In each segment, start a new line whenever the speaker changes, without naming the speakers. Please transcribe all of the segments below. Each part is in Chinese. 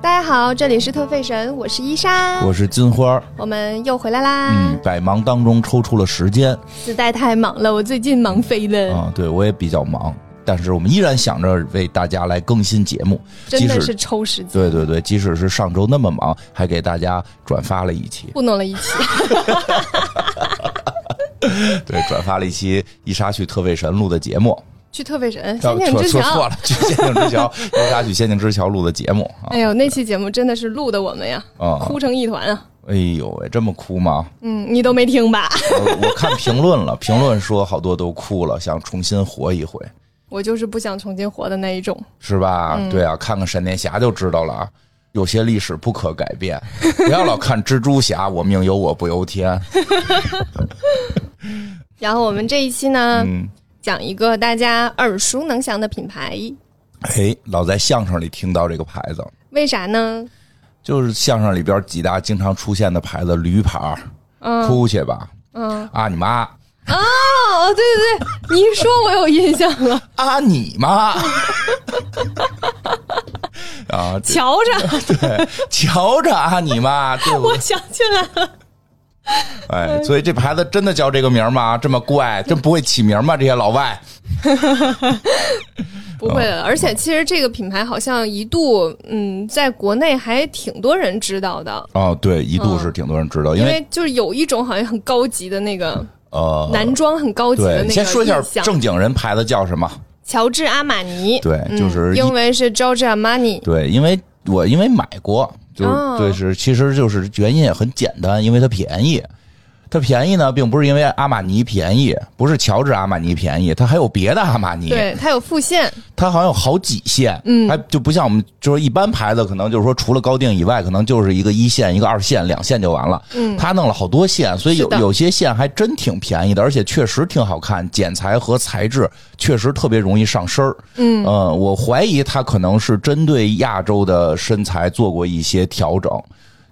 大家好，这里是特费神，我是伊莎，
我是金花儿，
我们又回来啦。
嗯，百忙当中抽出了时间
实在太忙了，我最近忙飞了，
啊、对我也比较忙，但是我们依然想着为大家来更新节目，
真
即
的
使
是抽时间，
对对对，即使是上周那么忙，还给大家转发了一 期，
糊弄了一起。
对，转发了一期伊莎去特卫神录的节目，
去特费神，
啊
仙境
错
之
错错
桥。
了，去仙境之桥， 伊莎去仙境之桥录的节目啊
哎呦，那期节目真的是录的我们呀，
啊，
哭成一团啊！
哎呦喂，这么哭吗？
嗯，你都没听吧？
我我看评论了，评论说好多都哭了，想重新活一回。
我就是不想重新活的那一种。
是吧？
嗯
对啊，看看闪电侠就知道了啊。有些历史不可改变，不要老看蜘蛛侠，我命由我不 由天。
然后我们这一期呢，
嗯，
讲一个大家耳熟能详的品牌，
哎，老在相声里听到这个牌子，
为啥呢？
就是相声里边几大经常出现的牌子，驴牌儿，哭去吧，
嗯，
啊你妈，
哦，对对对，你一说我有印象了。
啊你 妈，啊
瞧 着，
对，瞧着啊你妈，对不
我
对？
想起来了，
哎，所以这牌子真的叫这个名儿吗？这么怪，真不会起名吗？这些老外，
不会
啊
了。而且其实这个品牌好像一度，嗯，在国内还挺多人知道的，
哦，对，一度是挺多人知道，
嗯因
因为
为就是有一种好像很高级的那个
呃，
男装很高级的
对，
那
你
个
先说一下
印象
正经人牌子叫什么？
乔治阿玛尼，
对
嗯
就是一
英文是 Giorgio Armani，
对，因为我因为买过，就是、
哦
对是，其实就是原因也很简单，因为它便宜。它便宜呢，并不是因为阿玛尼便宜，不是乔治阿玛尼便宜，它还有别的阿玛尼，
对，它有副线，
它好像有好几线，嗯，还就不像我们就是一般牌子，可能就是说除了高定以外，可能就是一个一线、一个二线、两线就完了，嗯，它弄了好多线，所以有
是的
有些线还真挺便宜的，而且确实挺好看，剪裁和材质确实特别容易上身儿，嗯，呃，我怀疑它可能是针对亚洲的身材做过一些调整。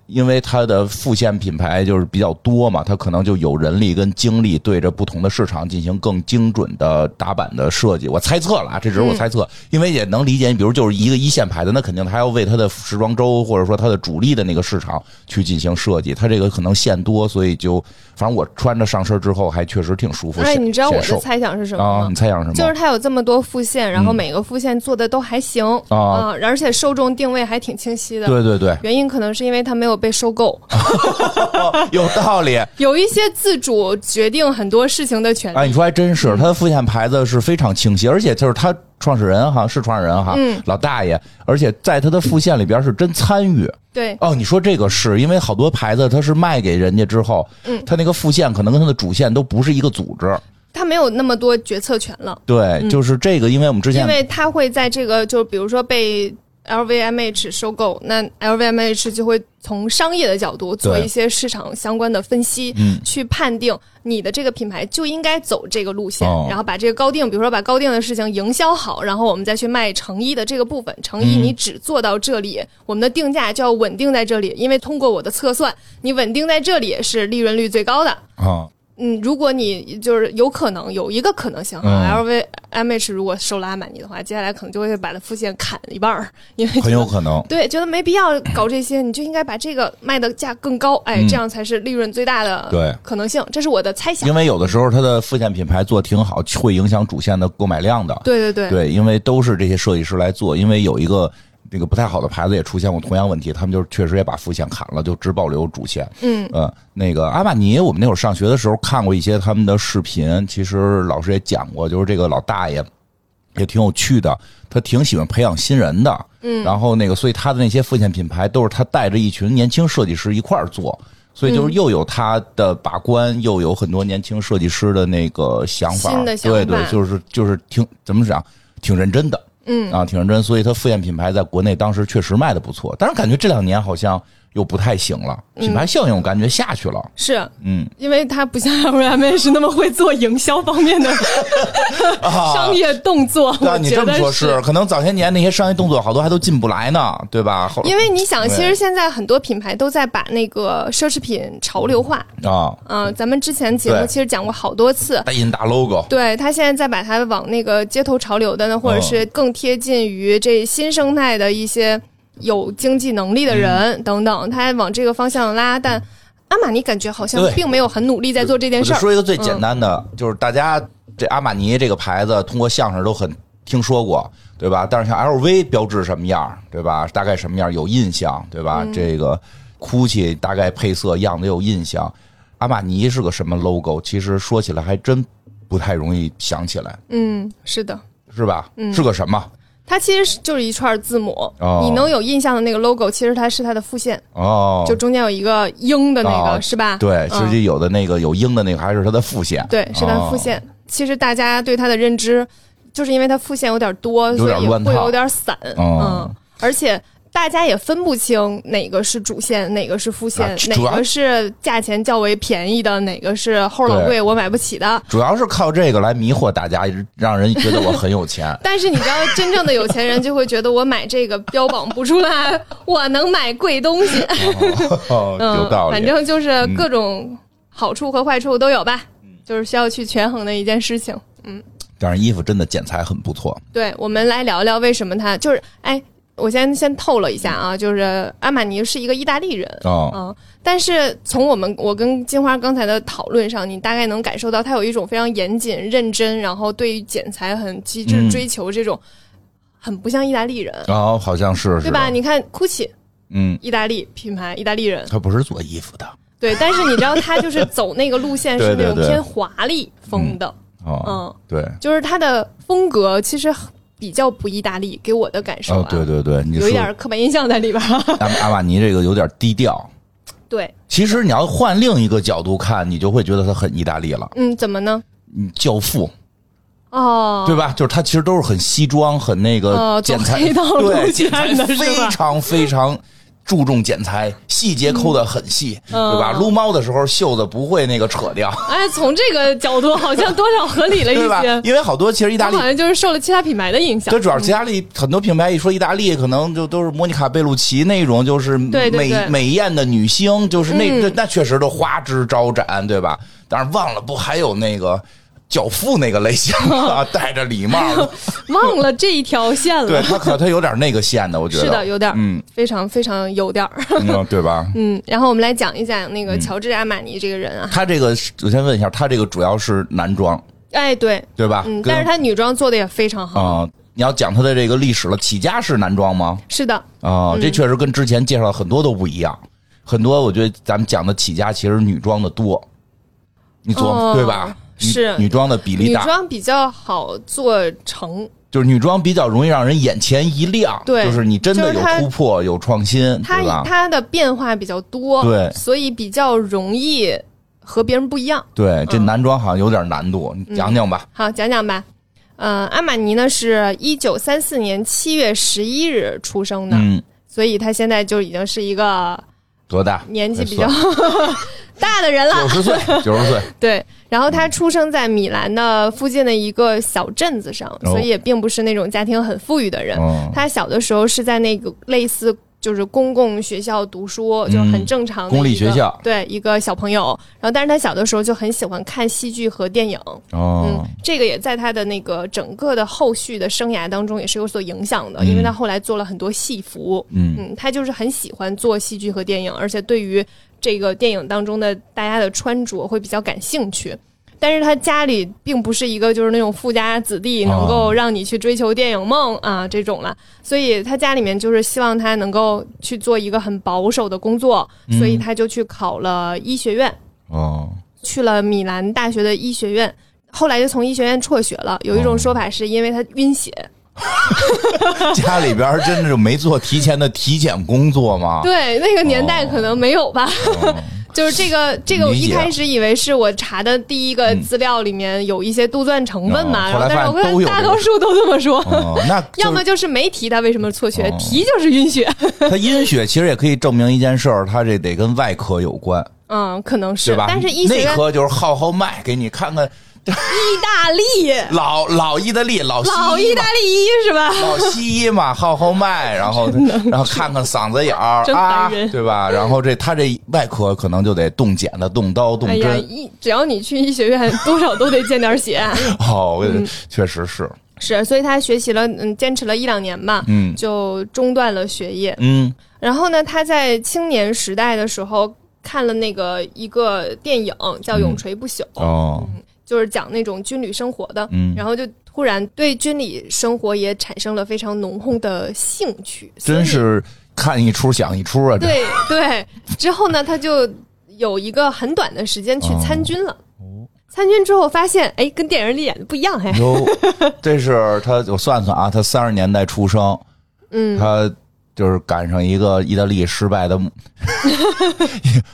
因为它的副线品牌就是比较多嘛，它可能就有人力跟精力对着不同的市场进行更精准的打版的设计。我猜测了啊，这只是我猜测，
嗯
因为也能理解，你比如就是一个一线牌子，那肯定它要为它的时装周或者说它的主力的那个市场去进行设计。它这个可能线多，所以就反正我穿着上身之后还确实挺舒服。
哎，
显
你知道我
显
的
瘦
猜想是什么
啊？
吗
你？猜想什么？嗯
就是它有这么多副线，然后每个副线做的都还行
啊
啊，而且受众定位还挺清晰的。
对对对，
原因可能是因为它没有被收 购，
哦有道理。
有一些自主决定很多事情的权利。
哎，你说还真是，他的副线牌子是非常清晰，而且就是他创始人哈是创始人哈，
嗯
老大爷，而且在他的副线里边是真参与。
对，
哦，你说这个是因为好多牌子它是卖给人家之后，嗯，他那个副线可能跟他的主线都不是一个组织。
它没有那么多决策权了，
对，就是这个，因为我们之
嗯因
前
为它会在这个，就比如说被 LVMH 收购，那 LVMH 就会从商业的角度做
对
一些市场相关的分析，
嗯
去判定你的这个品牌就应该走这个路线，
哦
然后把这个高定，比如说把高定的事情营销好，然后我们再去卖成衣的这个部分。成
嗯
衣你只做到这里，我们的定价就要稳定在这里，因为通过我的测算，你稳定在这里是利润率最高的。
啊，
嗯，如果你就是有可能有一个可能性
嗯
哈、l v m h 如果收了阿玛尼的话，接下来可能就会把它副线砍一半儿，因 为
很有可能。
对觉得没必要搞这些，你就应该把这个卖的价更高，哎，
嗯
这样才是利润最大
对
的可能性，这是我的猜想
因。为有的时候它的副线品牌做挺好，会影响主线的购买量的。
对对对，
对，因为都是这些设计师来做，因为有一个那个不太好的牌子也出现过同样问题，他们就是确实也把副线砍了，就只保留主线。
嗯，
呃，那个阿玛尼，我们那会儿上学的时候看过一些他们的视频，其实老师也讲过，就是这个老大爷也挺有趣的，他挺喜欢培养新人的。嗯，然后那个，所以他的那些副线品牌都是他带着一群年轻设计师一块儿做。所以就是又有他的把关，又有很多年轻设计师的那个想法，
新的想
对
法
对，就是就是挺怎么讲，挺认真的，嗯啊，挺认真。所以它副线品牌在国内当时确实卖的不错，但是感觉这两年好像又不太行了，
嗯
品牌效应我感觉下 去了。
是
嗯，
因为它不像 LVMH 那么会做营销方面的商业动作，
啊对啊，
我
你
觉
这么
得
说是，可能早些年那些商业动作好多还都进不来呢，对吧？后
因为你想，
对
其实现在很多品牌都在把那个奢侈品潮流化，
啊，
嗯、咱们之前节目
对
其实讲过好多次，
大印大 logo，
对他现在在把它
哦
往那个街头潮流的呢，或者是更贴近于这新生态的一些有经济能力的
嗯
人等等，他往这个方向拉，但。阿玛尼感觉好像
对
并没有很努力在做这件
我
事
就
儿，嗯
说一个最简单的，就是大家这阿玛尼这个牌子通过相声都很听说过，对吧？但是像 LV 标志什么样，对吧？大概什么样有印象，对吧？
嗯
这个 GUCCI 大概配色样子有印象，阿玛尼是个什么 logo？其实说起来还真不太容易想起来，
嗯，是的，
是吧？
嗯
是个什么？
它其实是就是一串字母，
哦
你能有印象的那个 logo，其实它是它的复线，
哦，
就中间有一个鹰的那个，
哦
是吧？
对，
嗯
实际有的那个有鹰的那个还是它的副线，
对，是它
哦
的复线。其实大家对它的认知，就是因为它复线有点多，
有
所
点
以
乱套
会有点散，
哦
嗯，而且。大家也分不清哪个是主线，哪个是副线，
啊主主要
哪个是价钱较为便宜的，哪个是后老贵我买不起的。。
主要是靠这个来迷惑大家，让人觉得我很有钱
但是你知道，真正的有钱人就会觉得我买这个标榜不出来，我能买贵东西。
哦，
嗯，
有道理。嗯
反正就是各种好处和坏处都有吧，就是需要去权衡的一件事情。
但是衣服真的剪裁很不错，
对，我们来聊聊为什么他就是哎，我先先透了一下
嗯
啊，就是阿玛尼是一个意大利人。
哦，
嗯，但是从我们我跟金花刚才的讨论上，你大概能感受到他有一种非常严谨、认真，然后对于剪裁很极致
嗯啊
追求，这种、很不像意大利人，
然后好像是
对吧？？你看 GUCCI
嗯，
意大利品牌，意大利人，
他不是做衣服的
对， 但是你知道他就是走那个路线
对
是
对
那种
对
偏华丽风的，
哦，
嗯，
对，
就是他的风格其实比较不意大利，给我的感受啊，
哦，对对对，你
有一
说
点刻板印象在里边儿。
阿阿玛尼这个有点低调。
对，
其实你要换另一个角度看，你就会觉得他很意大利了。
嗯，怎么呢？
嗯，教父
哦，
对吧？就是他其实都是很西装，很那个
哦
剪裁，
走黑道路
对，剪
线
裁
的是
非
吧
常非常注重剪裁，细节抠的很细，
嗯
对吧？撸猫的时候袖子不会那个扯掉，
哎，从这个角度好像多少合理了一
对吧
些？。
因为好多其实意大
哎他
利
好像就是受了其他品牌的影响
这。主要是意 大利很多品牌一说意大利，可能就都是莫妮卡贝鲁奇那种，就是美
对对嗯对
美艳的女星，就是那、那那确实都花枝招展，对吧？但是忘了不还有那个教父那个类 型啊，戴着礼帽，
忘了这一条线
对
了，
他可他有点那个线的，我觉得
是的，有点儿，
嗯
非常非常有点儿。
嗯， 对吧？
嗯，然后我们来讲一讲那
嗯
个乔治阿玛尼这个人啊，
他这个我先问一下，他这个主要是男装，
哎，对，
对吧？
嗯，
跟
但是他女装做的也非常好。
啊、你要讲他的这个历史了，起家是男装吗？
是的，
啊、
嗯
这确实跟之前介绍的很多都不一样，很多我觉得咱们讲的起家其实女装的多，你琢磨、
哦
对吧？女
是
女装的比例
女
大，
装比较好做成，
就是女装比较容易让人眼前一亮，
对
就是你真的
就
有
是它
突破、有创新，
它
对吧？
它的变化比较多，
对
所以比较容易和别人不一样。
对，
嗯
这男装好像有点难度，你讲讲吧。
好，讲讲吧。呃，阿玛尼呢是一九三四年七月十一日出生的，
嗯，
所以他现在就已经是一个
多大？呃
年纪比较大的人
九
了。
十岁，九十岁，
对，然后他出生在米兰的附近的一个小镇子上，
哦
所以也并不是那种家庭很富裕的人。
嗯，
他小的时候是在那个类似就是公共学校读书，
嗯
就是很正常的一个
公立学校
对一个小朋友。然后，但是他小的时候就很喜欢看戏剧和电影，嗯
哦，，
这个也在他的那个整个的后续的生涯当中也是有所影响的，
嗯
因为他后来做了很多戏服，
嗯
嗯，他就是很喜欢做戏剧和电影，而且对于这个电影当中的大家的穿着会比较感兴趣。但是他家里并不是一个就是那种富家子弟
哦
能够让你去追求电影梦啊这种了，所以他家里面就是希望他能够去做一个很保守的工作，所以他就去考了医学院，
哦，
去了米兰大学的医学院，后来就从医学院辍学了。有一种说法是因为他晕血，
家里边真的就没做提前的体检工作吗？
对那个年代可能没有吧。
哦
就是这个，这个我
理
一
解
开始以为是我查的第一个资料里面有一些杜撰成分嘛，
嗯
然
后来
但是
发现
我
都
看
有
大
这个
多数都这么说，
哦，那 就
要么就是没提他为什么辍学，
哦
提就是晕血，
他阴血其实也可以证明一件事儿，他这得跟外科有关，
嗯，可能是
哦对吧？，
但是医学
内
院
科就是号号脉，给你看看
意大利，
老老意大利老西
老意
医嘛
大，利医是吧？
老西 医嘛，号号脉，然后然后看看嗓子眼儿
真
啊
烦人，
对吧？然后这他这外科可能就得动剪子、动刀、动
哎 呀，
针。
医只要你去医学院，多少都得见点血。
哦，我觉得确实是，
是，所以他学习了，嗯，坚持了一两年吧，
嗯
就中断了学业。
嗯
然后呢，他在青年时代的时候看了那个一个电影
嗯
叫《永垂不朽》，
哦
就是讲那种军旅生活的，
嗯
然后就突然对军旅生活也产生了非常浓厚的兴趣，所以
真是看一出想一出啊！这
对对。之后呢，他就有一个很短的时间
哦
去参军了。参军之后发现，哎，跟电影里演的不一样，嘿，哎
哟，这是他，我算算啊，他三十年代出生，
嗯，
他就是赶上一个意大利失败的，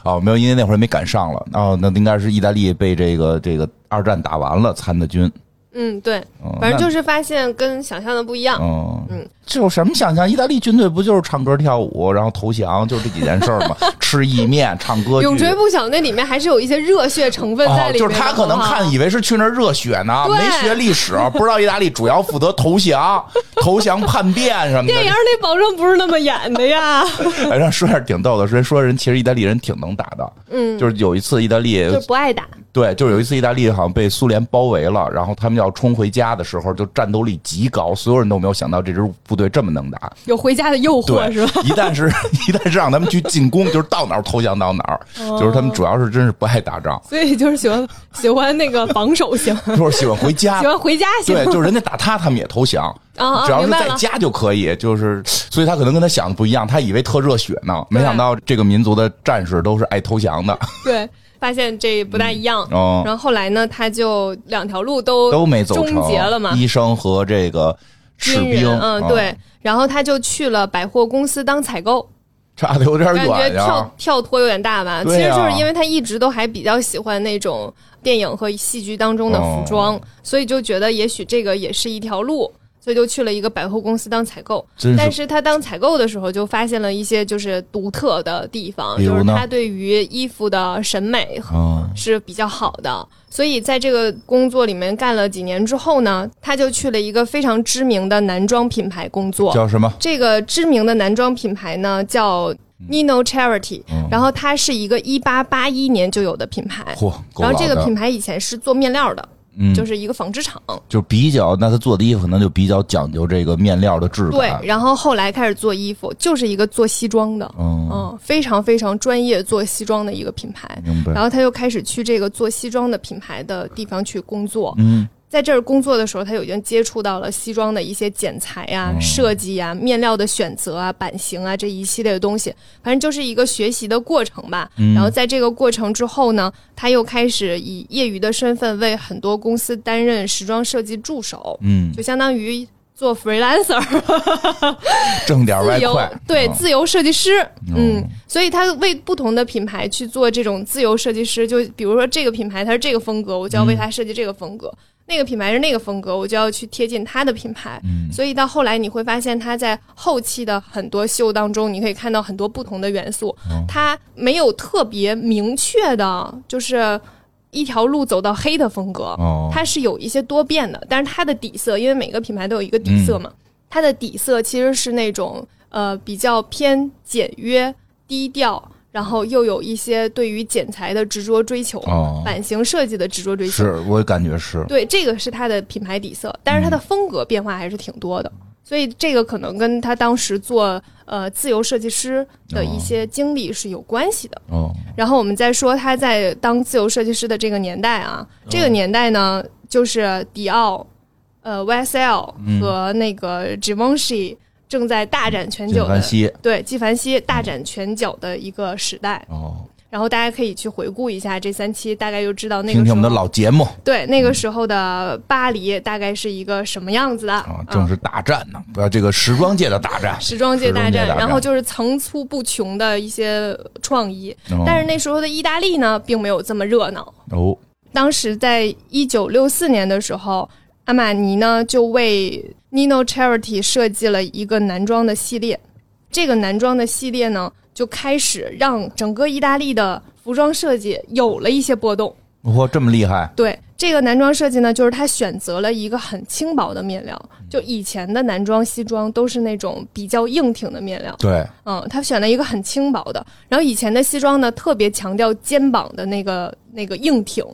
哦，没有，因为那会儿没赶上了，哦，那应该是意大利被这个这个二战打完了参的军，
嗯，对，
嗯、，
反正就是是发现跟想象的不一样。
嗯
嗯，
这有什么想象？意大利军队不就是唱歌跳舞，然后投降，就这几件事儿 吗？吃意面，唱歌剧，
永垂不朽那里面还是有一些热血成分在里面
哦，
的、
就是他可能
好不好
看以为是去那儿热血呢，
对
没学历史，不知道意大利主要负责投降、投降叛变什么的。
电影里保证不是那么演的呀，
哎，让说一下挺逗的，人说人其实意大利人挺能打的，
嗯，
就是有一次意大利
就是不爱打，
对，就是有一次意大利好像被苏联包围了，然后他们要冲回家的时候，就战斗力极高，所有人都没有想到这支部队这么能打。
有回家的诱惑
对，
是吧？
一旦是一旦是让他们去进攻，就是到哪儿投降到哪儿，
哦
就是他们主要是真是不爱打仗，
所以就是喜欢喜欢那个防守型，
就是喜欢回家
喜。欢回家型
对，就是人家打他，他们也投降。
啊 啊，
只要
明
是
白
在
了。
家就可以，就是，所以他可能跟他想的不一样，他以为特热血呢，没
对
想到这个民族的战士都是爱投降的，
对，发现这不大一样。
哦，
然后后来呢，他就两条路都
都没走成，
终结了嘛
医生和这个士
军
兵
人，，嗯
啊，
对，然后他就去了百货公司当采购，
差的有点
感觉
远呀
跳。跳脱有点大吧？其
对
实
啊
就是因为他一直都还比较喜欢那种电影和戏剧当中的服
哦
装，所以就觉得也许这个也是一条路，所以就去了一个百货公司当采购。
真
但
是
是他当采购的时候，就发现了一些就是独特的地方，
比如
就
呢
是他对于衣服的审美
啊，
是比较好的。所以在这个工作里面干了几年之后呢，他就去了一个非常知名的男装品牌工作。
叫什么？
这个知名的男装品牌呢叫 Nino Charity，、
嗯
然后它是一个一八八一年就有的品牌。
嚯，够啊
然后这
老
个
的
品牌以前是做面料的，
嗯，
就是一个纺织厂。
就比较，那他做的衣服可能就比较讲究这个面料的质
对
感，，
然后后来开始做衣服，就是一个做西装的，
嗯，
嗯，非常非常专业做西装的一个品牌。
明
然
白，
后他就开始去这个做西装的品牌的地方去工作，
嗯，
在这儿工作的时候，他已经接触到了西装的一些剪裁呀、
哦
设计呀、面料的选择啊、版型啊这一系列的东西，反正就是一个学习的过程吧。
嗯
然后在这个过程之后呢，他又开始以业余的身份为很多公司担任时装设计助手，
嗯，
就相当于做 freelancer。
挣点外
自由
快，
对、
嗯
自由设计师，嗯，
哦
所以他为不同的品牌去做这种自由设计师，就比如说这个品牌它是这个风格，我就
嗯
要为它设计这个风格；那个品牌是那个风格，我就要去贴近它的品牌。
嗯
所以到后来你会发现，他在后期的很多秀当中，你可以看到很多不同的元素，
哦
他没有特别明确的，就是一条路走到黑的风格。
哦，
它是有一些多变的，但是它的底色，因为每个品牌都有一个底色嘛，
嗯
它的底色其实是那种呃比较偏简约、低调，然后又有一些对于剪裁的执着追求，
哦
版型设计的执着追求。
是嗯我感觉是，
对，这个是它的品牌底色，但是它的风格变化还是挺多的。所以这个可能跟他当时做呃自由设计师的一些经历是有关系的。
哦，
然后我们再说他在当自由设计师的这个年代啊，
嗯
这个年代呢，就是迪奥、呃 YSL
嗯
和那个 Givenchy 正在大展拳
金
脚的
凡，西，
对纪梵希大展拳脚的一个时代。
哦，
然后大家可以去回顾一下这三期，大概就知道那
听
个
听
时
我们的
候
老节目
对那个时候的巴黎大概是一个什么样子的啊，
啊正是大战呢，不要这个时装界的大战，
时装界大战，
时装界大战
然后就是层出不穷的一些创意。
哦
但是那时候的意大利呢，并没有这么热闹。
哦，
当时在一九六四年的时候，阿玛尼呢就为 Nino Charity 设计了一个男装的系列。这个男装的系列呢，就开始让整个意大利的服装设计有了一些波动。
哇，哦这么厉害，
对这个男装设计呢，就是他选择了一个很轻薄的面料，就以前的男装、西装都是那种比较硬挺的面料，
对，
嗯，他选了一个很轻薄的，然后以前的西装呢，特别强调肩膀的那个那个硬挺，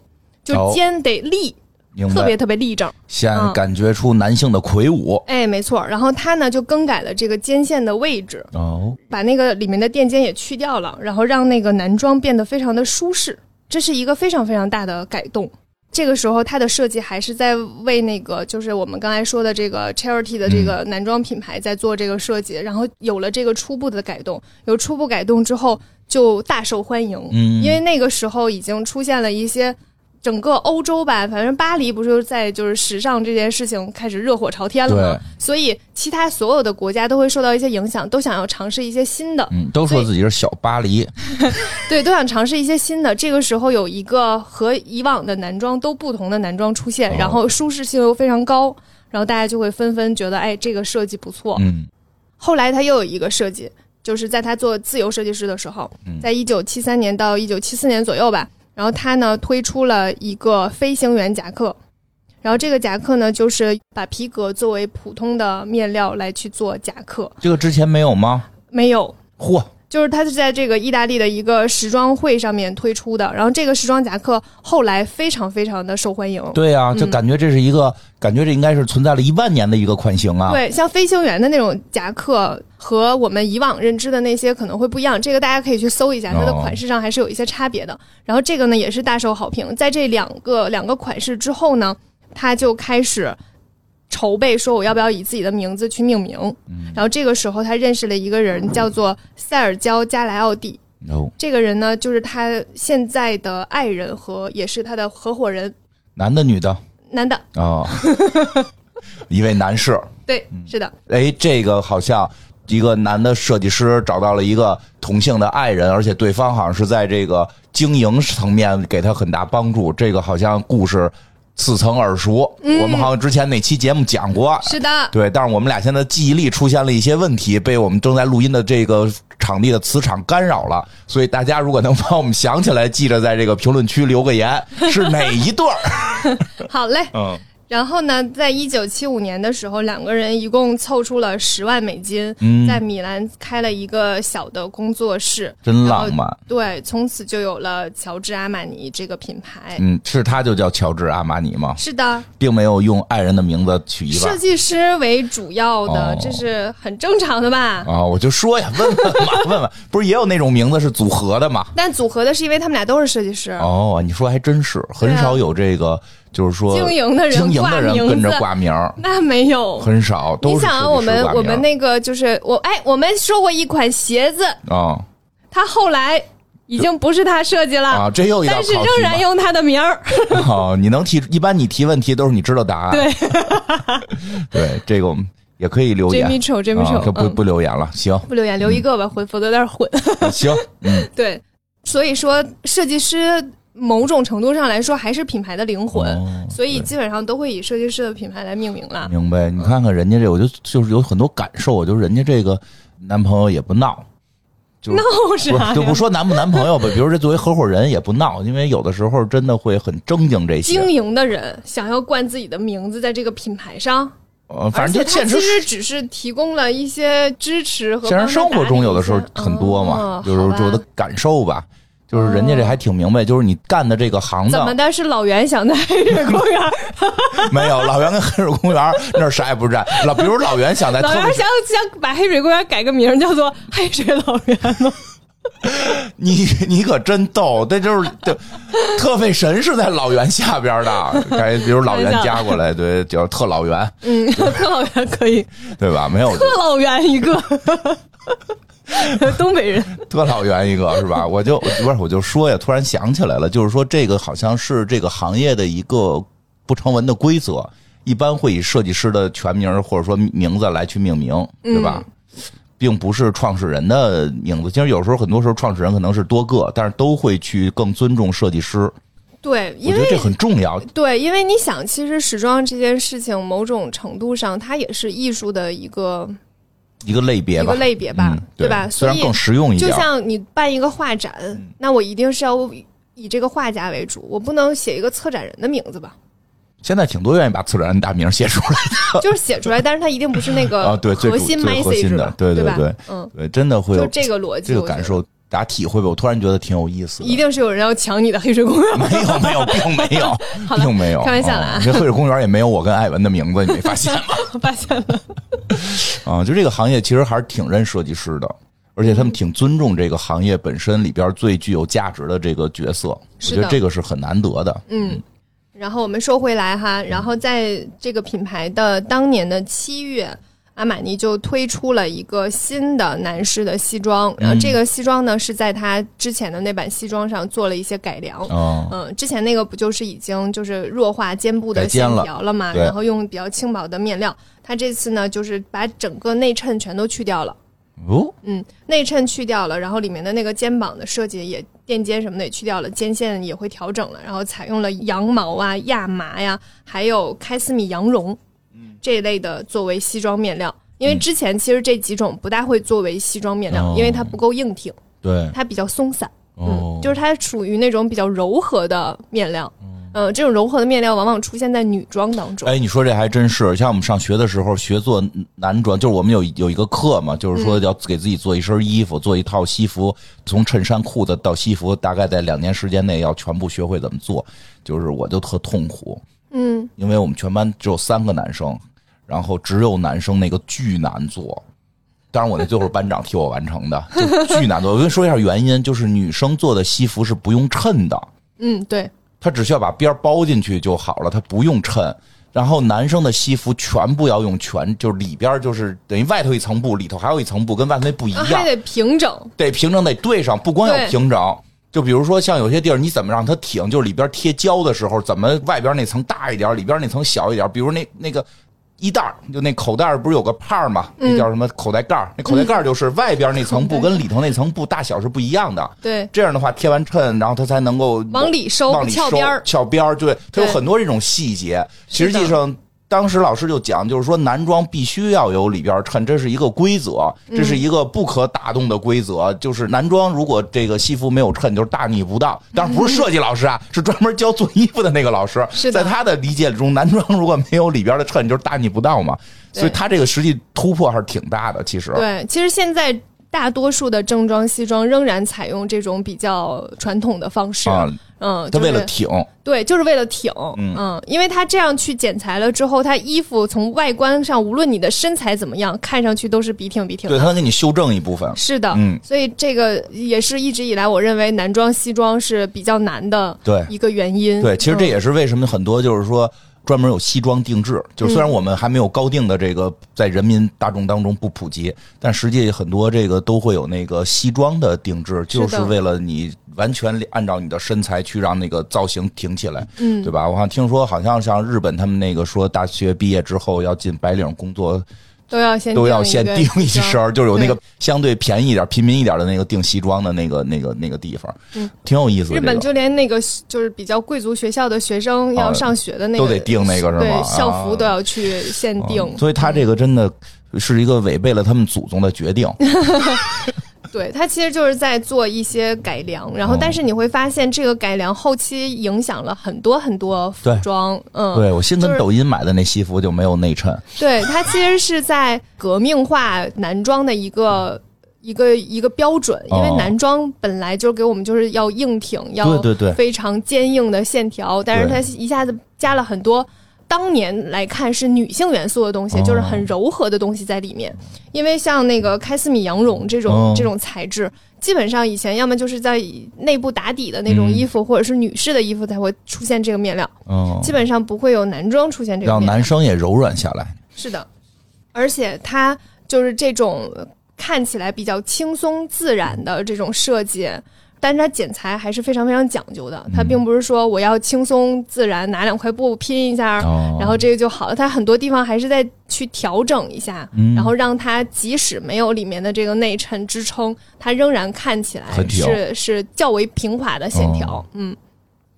就
哦
肩得立，
明白
特别特别立正。
先
嗯
感觉出男性的魁梧。
哎，没错。然后他呢就更改了这个肩线的位置，
哦，
把那个里面的垫肩也去掉了，然后让那个男装变得非常的舒适，这是一个非常非常大的改动。这个时候，它的设计还是在为那个，就是我们刚才说的这个 charity 的这个男装品牌在做这个设计，然后有了这个初步的改动，有初步改动之后就大受欢迎，
嗯
因为那个时候已经出现了一些整个欧洲吧，反正巴黎不是在就是时尚这件事情开始热火朝天了吗？所以其他所有的国家都会受到一些影响，都想要尝试一些新的，
嗯，都
所
说
以
自己是小巴黎，
对，都想尝试一些新的。这个时候有一个和以往的男装都不同的男装出现
哦，
然后舒适性又非常高，然后大家就会纷纷觉得，哎，这个设计不错。
嗯，
后来他又有一个设计，就是在他做自由设计师的时候，
嗯
在一九七三年到一九七四年左右吧，然后他呢推出了一个飞行员夹克，然后这个夹克呢就是把皮革作为普通的面料来去做夹克，
这个之前没有吗？
没有。
嚯，
就是它是在这个意大利的一个时装会上面推出的，然后这个时装夹克后来非常非常的受欢迎。
对呀、
嗯
就感觉这是一个，感觉这应该是存在了一万年的一个款型啊。
对，像飞行员的那种夹克和我们以往认知的那些可能会不一样，这个大家可以去搜一下，它的
哦
款式上还是有一些差别的。然后这个呢也是大受好评，在这两个两个款式之后呢，他就开始筹备说我要不要以自己的名字去命名。
嗯
然后这个时候他认识了一个人叫做塞尔焦加莱奥蒂，
哦，
这个人呢就是他现在的爱人和也是他的合伙人，
男的女的
男的，
啊， 一位男士，
对，是的。
哎，这个好像一个男的设计师找到了一个同性的爱人，而且对方好像是在这个经营层面给他很大帮助。这个好像故事似曾耳熟，我们好像之前哪期节目讲过。
是的，
对，但是我们俩现在记忆力出现了一些问题，被我们正在录音的这个场地的磁场干扰了。所以大家如果能帮我们想起来，记着在这个评论区留个言，是哪一对儿？
好嘞。
嗯，
然后呢，在一九七五年的时候，两个人一共凑出了十万美金，
嗯
在米兰开了一个小的工作室。
真浪漫。
对，从此就有了乔治阿玛尼这个品牌。
嗯，是他就叫乔治阿玛尼吗？
是的，
并没有用爱人的名字取一
设
万
计师为主要的，
哦
这是很正常的吧？
啊，我就说呀， 问问嘛，问问，不是也有那种名字是组合的吗？
但组合的是因为他们俩都是设计师，
哦，你说还真是，很少有这个，就是说
啊经营的人
经营的
挂
人
名字
跟着挂名儿，
那没有。
很少，都
你
是
想啊，
设计师
我们
挂名
我们那个就是我哎，我们说过一款鞋子，
啊
它后来已经不是他设计了，
啊，这又一道
但
考
是
题嘛
仍然用他的名儿。
哦，你能提，一般你提问题都是你知道答案，对， 对，这个我们也可以留言
Jimmy Chou，Jimmy
啊
Chou，
可不
嗯
不留言了，行
不留言留一个吧，回否则有点 混。
行，嗯，
对，所以说设计师某种程度上来说还是品牌的灵魂，
哦
所以基本上都会以设计师的品牌来命名了。
明白。你看看人家这，我就就是有很多感受，我就是人家这个男朋友也不闹，就是
那是
嗯不
啥
是就不
呀？
说男不男朋友吧， 比如这作为合伙人也不闹，因为有的时候真的会很正经这
经
些。
营的人想要冠自己的名字在这个品牌上，
呃，反正
而
就
且他其
现实
实只是提供了一些支持和
现
帮
实
他
生活中
打理
有的
一
时候
些
很多嘛
哦，
就是
好吧
我的感受吧，就是人家这还挺明白，就是你干的这个行
怎
当
么的 是老袁想在黑水公园 儿，
没有老袁跟黑水公园那儿啥也不占，老比如老袁想在特
老袁
别
想想把黑水公园改个名儿叫做黑水老袁 吗？
你 你可真逗，这就是对，特费神是在老袁下边的，该比如老袁加过来，对，叫特老袁，
嗯， 特老袁可以，
对吧？没有
特老袁一个， 东北人。
特老袁一个是吧？我就不是我就说呀，突然想起来了，就是说这个好像是这个行业的一个不成文的规则，一般会以设计师的全名或者说名字来去命名，对吧？
嗯
并不是创始人的名字，其实有时候很多时候创始人可能是多个，但是都会去更尊重设计师，
对，
我
因
觉得
为
这很重要。
对，因为你想，其实时装这件事情，某种程度上，它也是艺术的一个
一个类别
一
吧，
个类别吧，
嗯、
对
对
吧？
虽
所
然
以
更实用一
就
点，嗯
像你办一个画展，那我一定是要以这个画家为主，我不能写一个策展人的名 字吧？
现在挺多愿意把策展人大名写出 来
就是写出来，但是它一定不是那个
啊，对，最
核
主
心
最核心
message
的
吧，？
对
吧
对，
嗯，
对，真的会
就
有
这个逻辑，
这个
我觉
感
得
受。大家体会吧。我突然觉得挺有意思的
一。定是有人要抢你的黑水 公园。
没有没有，并没有，
了
并没有。
开玩笑了啊
嗯这黑水公园也没有我跟艾文的名字，你没发现吗？
我发现了，
啊，就这个行业其实还是挺认设计师的，而且他
嗯
们挺尊重这个行业本身里边最具有价值的这个角色，我
是
觉
的
得这个是很难得的。
嗯。然后我们说回来哈，然后在这个品牌的当年的七月，阿玛尼就推出了一个新的男士的西装，然后这个西装呢是在他之前的那版西装上做了一些改良。
嗯，
嗯，之前那个不就是已经就是弱化肩部
改
的线
肩了
条了嘛，
对
然后用比较轻薄的面料。它这次呢，就是把整个内衬全都去掉了，
哦，
嗯，内衬去掉了，然后里面的那个肩膀的设计也垫肩什么的也去掉了，肩线也会调整了，然后采用了羊毛啊、亚麻呀、还有开司米羊绒，
嗯
这一类的作为西装面料。因为之前其实这几种不大会作为西装面料，
哦
因为它不够硬挺，
对，
它比较松散。
哦
嗯，，就是它属于那种比较柔和的面料。呃，这种柔和的面料往往出现在女装当中。
嗯哎，你说这还真是，像我们上学的时候学做男装，就是我们有有一个课嘛，就是说要给自己做一身衣服，做一套西服，从衬衫、裤子到西服，大概在两年时间内要全部学会怎么做。就是我就特痛苦，
嗯，
因为我们全班只有三个男生，然后只有男生那个巨难做。当然，我那最后是班长替我完成的，就巨难做。我跟你说一下原因，就是女生做的西服是不用衬的，
嗯，对，
它只需要把边儿包进去就好了，它不用衬。然后男生的西服全部要用全，就是里边儿就是等于外头一层布，里头还有一层布，跟外头那不一
啊
样
还。得平整。
得平整得对上，不光要
对
平整。就比如说，像有些地儿，你怎么让它挺？就是里边贴胶的时候，怎么外边那层大一点，里边那层小一点？比如那那个衣袋儿，就那口袋儿不是有个帕儿吗？那叫什么口袋盖儿？那口袋盖儿就是外边那层布跟里头那层布大小是不一样的。
对，
这样的话，贴完衬，然后它才能够
往里收
往里
翘边儿
翘边儿，对，它有
对
很多这种细节。
是
实
的
际上，当时老师就讲，就是说男装必须要有里边儿衬，这是一个规则，这是一个不可打动的规则。就是男装如果这个西服没有衬，就是大逆不道。当然不是设计老师啊，是专门教做衣服的那个老师，
是的
在他的理解中，男装如果没有里边儿的衬，就是大逆不道嘛。
对
所以他这个实际突破还是挺大的，其实。
对，其实现在大多数的正装西装仍然采用这种比较传统的方式。
啊，
嗯，
他
就
为
是
了挺，
对，就是为了挺。嗯因为他这样去剪裁了之后，他衣服从外观上，无论你的身材怎么样，看上去都是笔挺笔挺的
对他能给你修正一部分。
是的，
嗯
所以这个也是一直以来我认为男装、西装是比较难的
对
一个原因。
对，其实这
嗯、
也是为什么很多就是说专门有西装定制，就
嗯
是虽然我们还没有高定的这个在人民大众当中不普及，但实际很多这个都会有那个西装的定制，就是
的
为了你完全按照你的身材去让那个造型挺起来，嗯，对吧？我好像听说，好像像日本他们那个说大学毕业之后要进白领工作，
都要先
都要
定一
先
个
定一身儿，就是有那个
对
相对便宜一点、平民一点的那个定西装的那个那个那个地方，挺有意思
嗯
的。
日
这
本
个
就连那个就是比较贵族学校的学生
啊
要上学的那个、
都得定那个是吗
对，
啊
校服都要去限 定。
嗯所以他这个真的是一个违背了他们祖宗的决定。
嗯对，它其实就是在做一些改良，然后
嗯
但是你会发现这个改良后期影响了很多很多服
对
装。嗯，
对我新
就
跟
是
抖音买的那西服就没有内衬，
对，它其实是在革命化男装的一个一个一个标准，因为
哦
男装本来就是给我们就是要硬挺，要
对对对
非常坚硬的线条，但是
对
它一下子加了很多。当年来看是女性元素的东西，
哦
就是很柔和的东西在里面，因为像那个开司米羊绒这种、
哦
这种材质，基本上以前要么就是在内部打底的那种衣服，或者是女士的衣服才会出现这个面料，
嗯，
基本上不会有男装出现这个面
让
料。
男生也柔软下来。
是的，而且它就是这种看起来比较轻松自然的这种设计，但是它剪裁还是非常非常讲究的。它并不是说我要轻松自然拿两块布拼一下，
哦
然后这个就好了。它很多地方还是在去调整一下，
嗯
然后让它即使没有里面的这个内衬支撑，它仍然看起来
很挺
是是较为平滑的线条。
哦
嗯。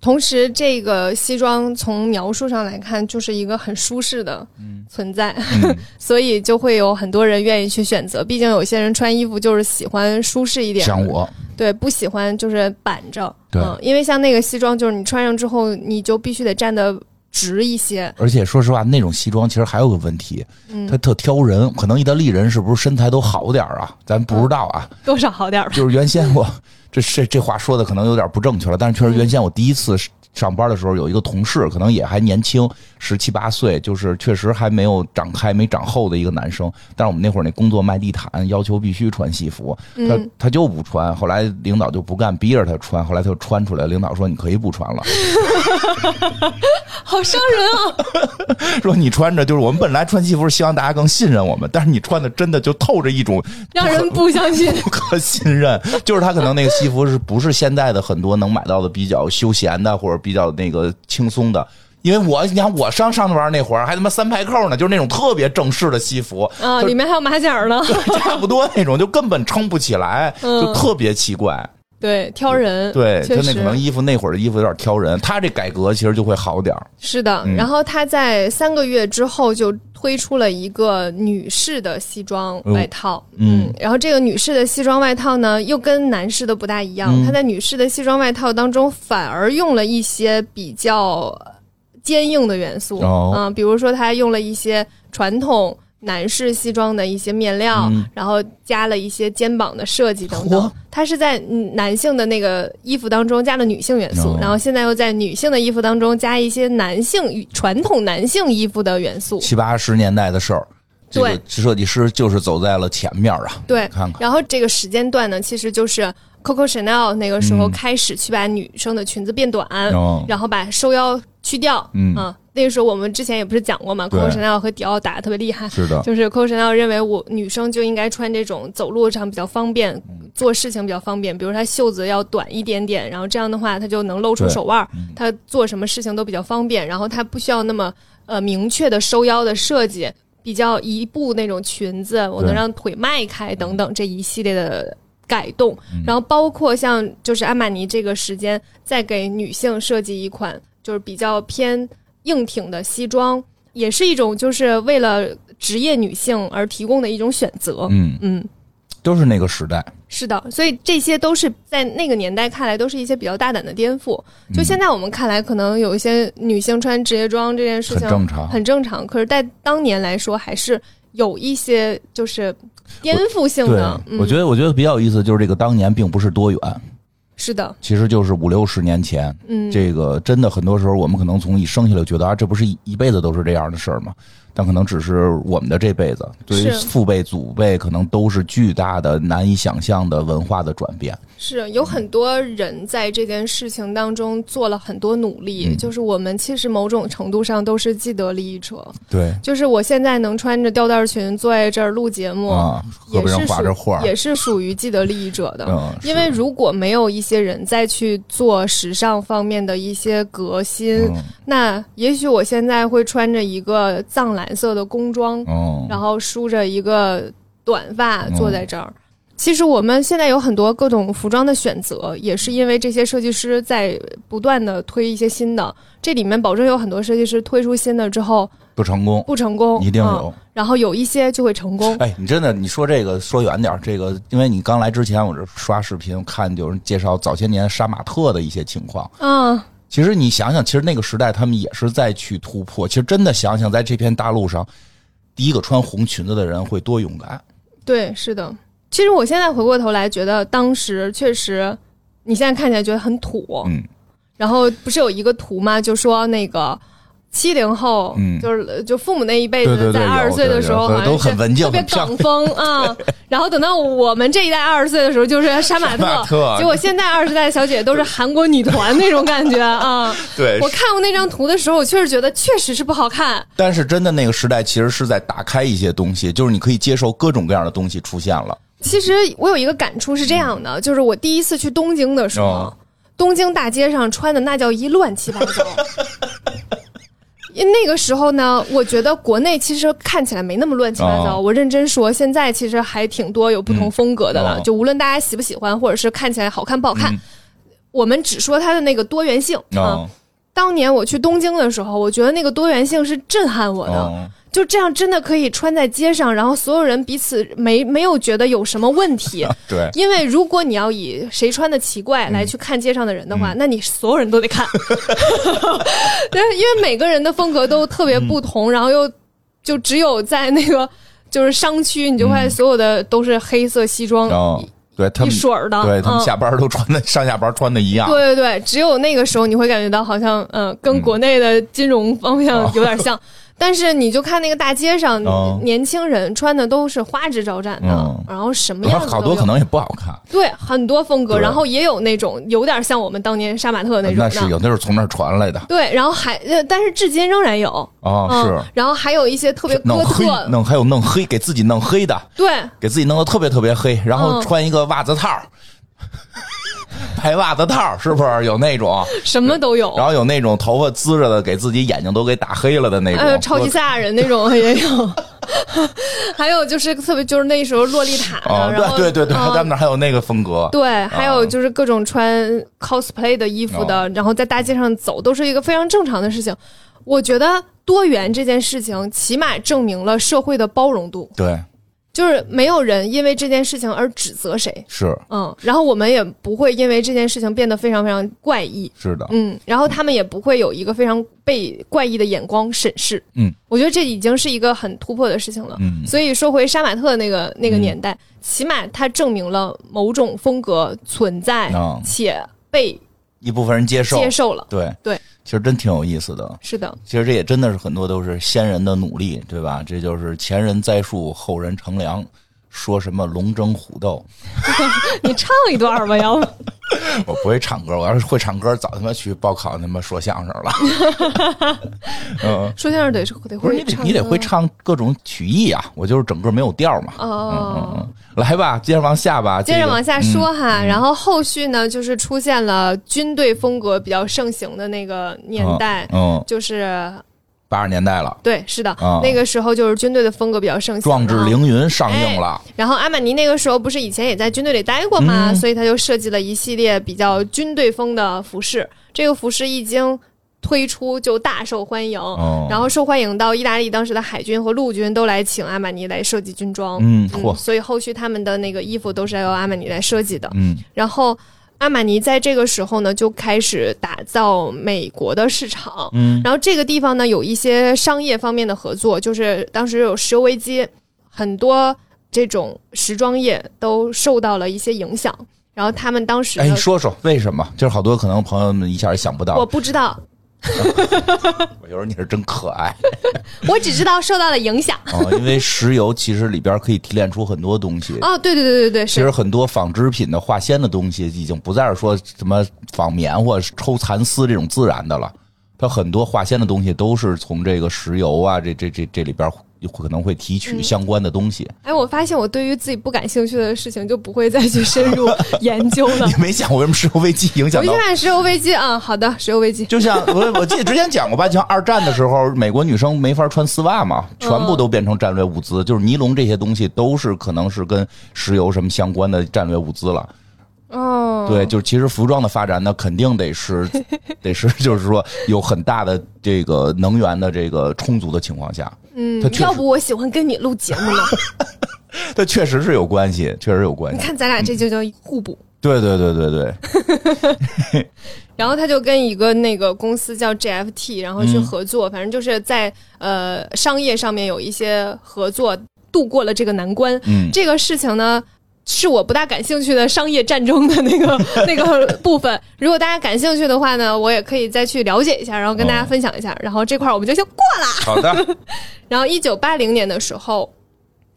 同时，这个西装从描述上来看，就是一个很舒适的
嗯
存在， 所以就会有很多人愿意去选择。毕竟有些人穿衣服就是喜欢舒适一点，
像我，
对，不喜欢就是板着。
对
嗯，因为像那个西装，就是你穿上之后，你就必须得站得值一些。
而且说实话，那种西装其实还有个问题，
嗯
它特挑人。可能意大利人是不是身材都好点儿啊？咱不知道啊。
多少好点儿吧。
就是原先我这这这话说的可能有点不正确了，但是确实原先我第一次上班的时候，有一个同事可能也还年轻，十七八岁，就是确实还没有长开、没长厚的一个男生。但是我们那会儿那工作卖地毯，要求必须穿西服，他他就不穿。后来领导就不干，逼着他穿，后来他就穿出来。领导说你可以不穿了，
好伤人啊！
说你穿着就是我们本来穿西服是希望大家更信任我们，但是你穿的真的就透着一种
让人不相 信。
不可信任，就是他可能那个西服是不是现在的很多能买到的比较休闲的或者比较那个轻松的。因为我，你看我上上班那会儿还他妈三排扣呢，就是那种特别正式的西服，
啊，里面还有马甲呢，
差不多那种，就根本撑不起来，就特别奇怪。
对，挑人，
对，
确
就那
实
可能衣服那会儿的衣服有点挑人，他这改革其实就会好点儿。
是的。
嗯
然后他在三个月之后就推出了一个女士的西装外套，
嗯
然后这个女士的西装外套呢，又跟男士的不大一样，
嗯
他在女士的西装外套当中反而用了一些比较坚硬的元素，
哦
嗯，比如说他用了一些传统。男士西装的一些面料，
嗯
然后加了一些肩膀的设计等等
嚯，
它是在嗯男性的那个衣服当中加了女性元素，
哦
然后现在又在女性的衣服当中加一些男性传统男性衣服的元素。
七八十年代的事儿，这个
对
设计师就是走在了前面啊。
对，
看看
然后这个时间段呢，其实就是 Coco Chanel 那个时候
嗯
开始去把女生的裙子变短，
哦
然后把收腰去掉。
嗯
啊，那个时候我们之前也不是讲过嘛
对
，Coco Chanel 和迪奥打得特别厉害。
是的，
就是 Coco Chanel 认为我女生就应该穿这种走路上比较方便，
嗯
做事情比较方便，比如她袖子要短一点点，然后这样的话她就能露出
对嗯
手腕儿，她做什么事情都比较方便，然后她不需要那么呃明确的收腰的设计，比较一步那种裙子，我能让腿迈开等等这一系列的。改动，
嗯
然后包括像就是阿玛尼这个时间，再给女性设计一款就是比较偏硬挺的西装，也是一种就是为了职业女性而提供的一种选择。
嗯，
嗯，
都是那个时代。
是的，所以这些都是在那个年代看来都是一些比较大胆的颠覆。
嗯
就现在我们看来，可能有一些女性穿职业装这件事情
很正常
很正常。可是，在当年来说，还是有一些就是颠覆性
对
的。，
我
嗯，
觉得我觉得比较有意思就是这个当年并不是多远，
是的，
其实就是五六十年前。
嗯，
这个真的很多时候，我们可能从一生下来就觉得啊，这不是一一辈子都是这样的事儿吗？但可能只是我们的这辈子，对于
是
父辈、祖辈，可能都是巨大的、难以想象的文化的转变。
是有
嗯
很多人在这件事情当中做了很多努力，
嗯
就是我们其实某种程度上都是既得利益者。
对
就是我现在能穿着吊带裙坐在这儿录节目，
啊，河
也
北
是
上画这
属
画儿，
也是属于既得利益者的。
嗯，
因为如果没有一些人再去做时尚方面的一些革新，
是嗯
那也许我现在会穿着一个藏蓝色的工装，
嗯，
然后梳着一个短发
嗯
坐在这儿。其实我们现在有很多各种服装的选择，也是因为这些设计师在不断的推一些新的。这里面保证有很多设计师推出新的之后
不成功。
不成功，
一定
嗯
有，
然后有一些就会成 功。
哎，你真的，你说这个说远点儿，这个，因为你刚来之前，我这刷视频看有人介绍早些年杀马特的一些情况，
嗯，
其实你想想，其实那个时代他们也是在去突破。其实真的想想，在这片大陆上，第一个穿红裙子的人会多勇敢。
对，是的。其实我现在回过头来觉得，当时确实，你现在看起来觉得很土。
嗯。
然后不是有一个图吗？就说那个七零后，
嗯
就是就父母那一辈
对对
子，
对
在
有
二十岁
对
的
有
时候
都
好像
都
是
很文静
特别
很漂
港风 啊。然后等到我们这一代二十岁的时候，就是杀马特。
杀马特啊
结果现在二十代的小姐姐都是韩国女团那种感觉 啊。
对
我看过那张图的时候，我确实觉得确实是不好看。
但是真的那个时代其实是在打开一些东西，就是你可以接受各种各样的东西出现了。
其实我有一个感触是这样的，就是我第一次去东京的时候，
嗯哦
东京大街上穿的那叫一乱七八 糟。因为那个时候呢，我觉得国内其实看起来没那么乱七八糟。
哦
我认真说，现在其实还挺多有不同风格的了。
哦
就无论大家喜不喜欢，或者是看起来好看不好看，我们只说它的那个多元性、啊。
嗯哦
当年我去东京的时候，我觉得那个多元性是震撼我的。
哦
就这样真的可以穿在街上，然后所有人彼此没没有觉得有什么问 题。
嗯对，
因为如果你要以谁穿的奇怪来去看街上的人的
嗯
话，那你所有人都得 看，对，因为每个人的风格都特别不同，然后又就只有在那个就是商区，你就会所有的都是黑色西装，
嗯然后嗯对他
一
们，
水儿的，
对他们
嗯
下班都穿的上下班穿的一样，
对对对，只有那个时候你会感觉到好像，呃，跟国内的金融方向有点
嗯
像。但是你就看那个大街上，
哦
年轻人穿的都是花枝招展的，
嗯
然后什么
然
样
后
子
好
都
多
有
可能也不好看，
对很多风格，
对
然后也有那种有点像我们当年杀马特那种
啊那
的，
是有，那是从那儿传来的
对，然后还呃，但是至今仍然有，
啊，
嗯
是，
然后还有一些特别
弄
哥
黑
特，
弄还有弄黑，给自己弄黑的，
对，
给自己弄得特别特别黑，然后
嗯
穿一个袜子套儿， 白袜子套儿是不是有那种？
什么都有
然，后有那种头发滋着的，给自己眼睛都给打黑了的那
哎呦，
种，
超级
我
赛亚人那 种也有， 还有就是特别就是那时候洛丽塔的，
啊，
然后
对对对对，
嗯
他们那儿还有那个风格，
对，还有就是各种穿 cosplay 的衣服的，然后在大街上走，都是一个非常正常的事情。我觉得多元这件事情，起码证明了社会的包容度，
对，
就是没有人因为这件事情而指责谁，
是
嗯，然后我们也不会因为这件事情变得非常非常怪异，
是的，
嗯，然后他们也不会有一个非常被怪异的眼光审视，
嗯，
我觉得这已经是一个很突破的事情了，
嗯
所以说回杀马特那个那个年代，起码它证明了某种风格存在
啊
且被
一部分人接受，
接受了，
对
对，
其实真挺有意思的。
是的，
其实这也真的是很多都是先人的努力，对吧？这就是前人栽树，后人乘凉。说什么龙争虎斗？
你唱一段吧，要不
我不会唱歌，我要是会唱歌，早他妈去报考他妈说相声 了。嗯，
说相声得得
不是
会
你得
唱
你得会
歌
唱各种曲艺啊，我就是整个没有调嘛。
哦。
嗯，来吧，接着往下吧，
接着往下
这个嗯
说哈，然后后续呢，就是出现了军队风格比较盛行的那个年代，
嗯，嗯，
就是
八十年代了，
对，是的，
啊
那个时候就是军队的风格比较盛行。
《壮志
然后
凌云》上映了，
然后阿玛尼那个时候不是以前也在军队里待过吗？
嗯
所以他就设计了一系列比较军队风的服饰。这个服饰一经推出就大受欢迎，
哦
然后受欢迎到意大利当时的海军和陆军都来请阿玛尼来设计军装。
嗯，嚯，
所以后续他们的那个衣服都是由阿玛尼来设计的。
嗯，
然后阿玛尼在这个时候呢，就开始打造美国的市场。
嗯，
然后这个地方呢，有一些商业方面的合作，就是当时有石油危机，很多这种时装业都受到了一些影响。然后他们当时呢，
哎，啊说说为什么？就是好多可能朋友们一下也想不到
我，不知道，
我觉得你是真可爱
我只知道受到了影 响。
啊、因为石油其实里边可以提炼出很多东西。
哦，对对对对对，
其
是
实很多纺织品的化纤的东西，已经不再是说什么纺棉或抽蚕丝这种自然的了。它很多化纤的东西都是从这个石油啊，这这这这里边可能会提取相关的东西。
哎，我发现我对于自己不感兴趣的事情就不会再去深入研究了
你。 没想过为什么石油危机影
我
响
就
到？
看石油危机啊、好的，石油危机。
就像我我记得之前讲过吧，就像二战的时候，美国女生没法穿丝袜嘛，全部都变成战略物资，就是尼龙这些东西都是可能是跟石油什么相关的战略物资了。
哦，
对，就是其实服装的发展呢，肯定 得是得是，就是说有很大的这个能源的这个充足的情况下，嗯，它确
要
实
不我喜欢跟你录节目呢？
它确实是有关系，确实有关
你
系。
看咱俩这就叫互补。
对对对对对，
然后他就跟一个那个公司叫 GFT，然后
嗯
去合作，反正就是在呃商业上面有一些合作，度过了这个难关。
嗯
这个事情呢。是我不大感兴趣的商业战争的那个那个部分。如果大家感兴趣的话呢，我也可以再去了解一下，然后跟大家分享一下。然后这块儿我们就先过了。
好的，
然后，一九八零年的时候，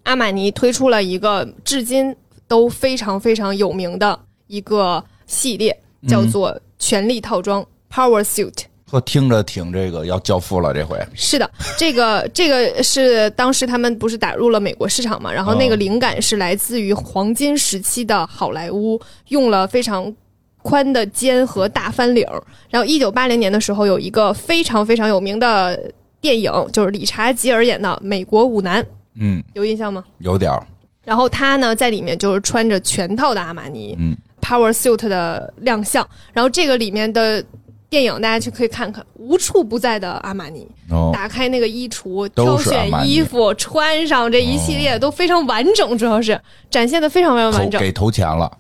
阿玛尼推出了一个至今都非常非常有名的一个系列，叫做权力套装 （Power Suit）。
我听着挺这个要交付了这回，
是的，这个这个是当时他们不是打入了美国市场嘛，然后那个
哦
灵感是来自于黄金时期的好莱坞，用了非常宽的肩和大翻领儿。然后一九八零年的时候，有一个非常非常有名的电影，就是理查吉尔演的《美国舞男》，
嗯，
有印象吗？
有点儿，
然后他呢在里面就是穿着全套的阿玛尼
嗯
Power Suit 的亮相，然后这个里面的。电影大家去可以看看，无处不在的阿玛尼。
哦，
打开那个衣橱，挑
都是啊
选
阿玛尼
衣服，穿上这一系
哦
列都非常完整，主要是展现的非常非常
投
完整。
给投钱了，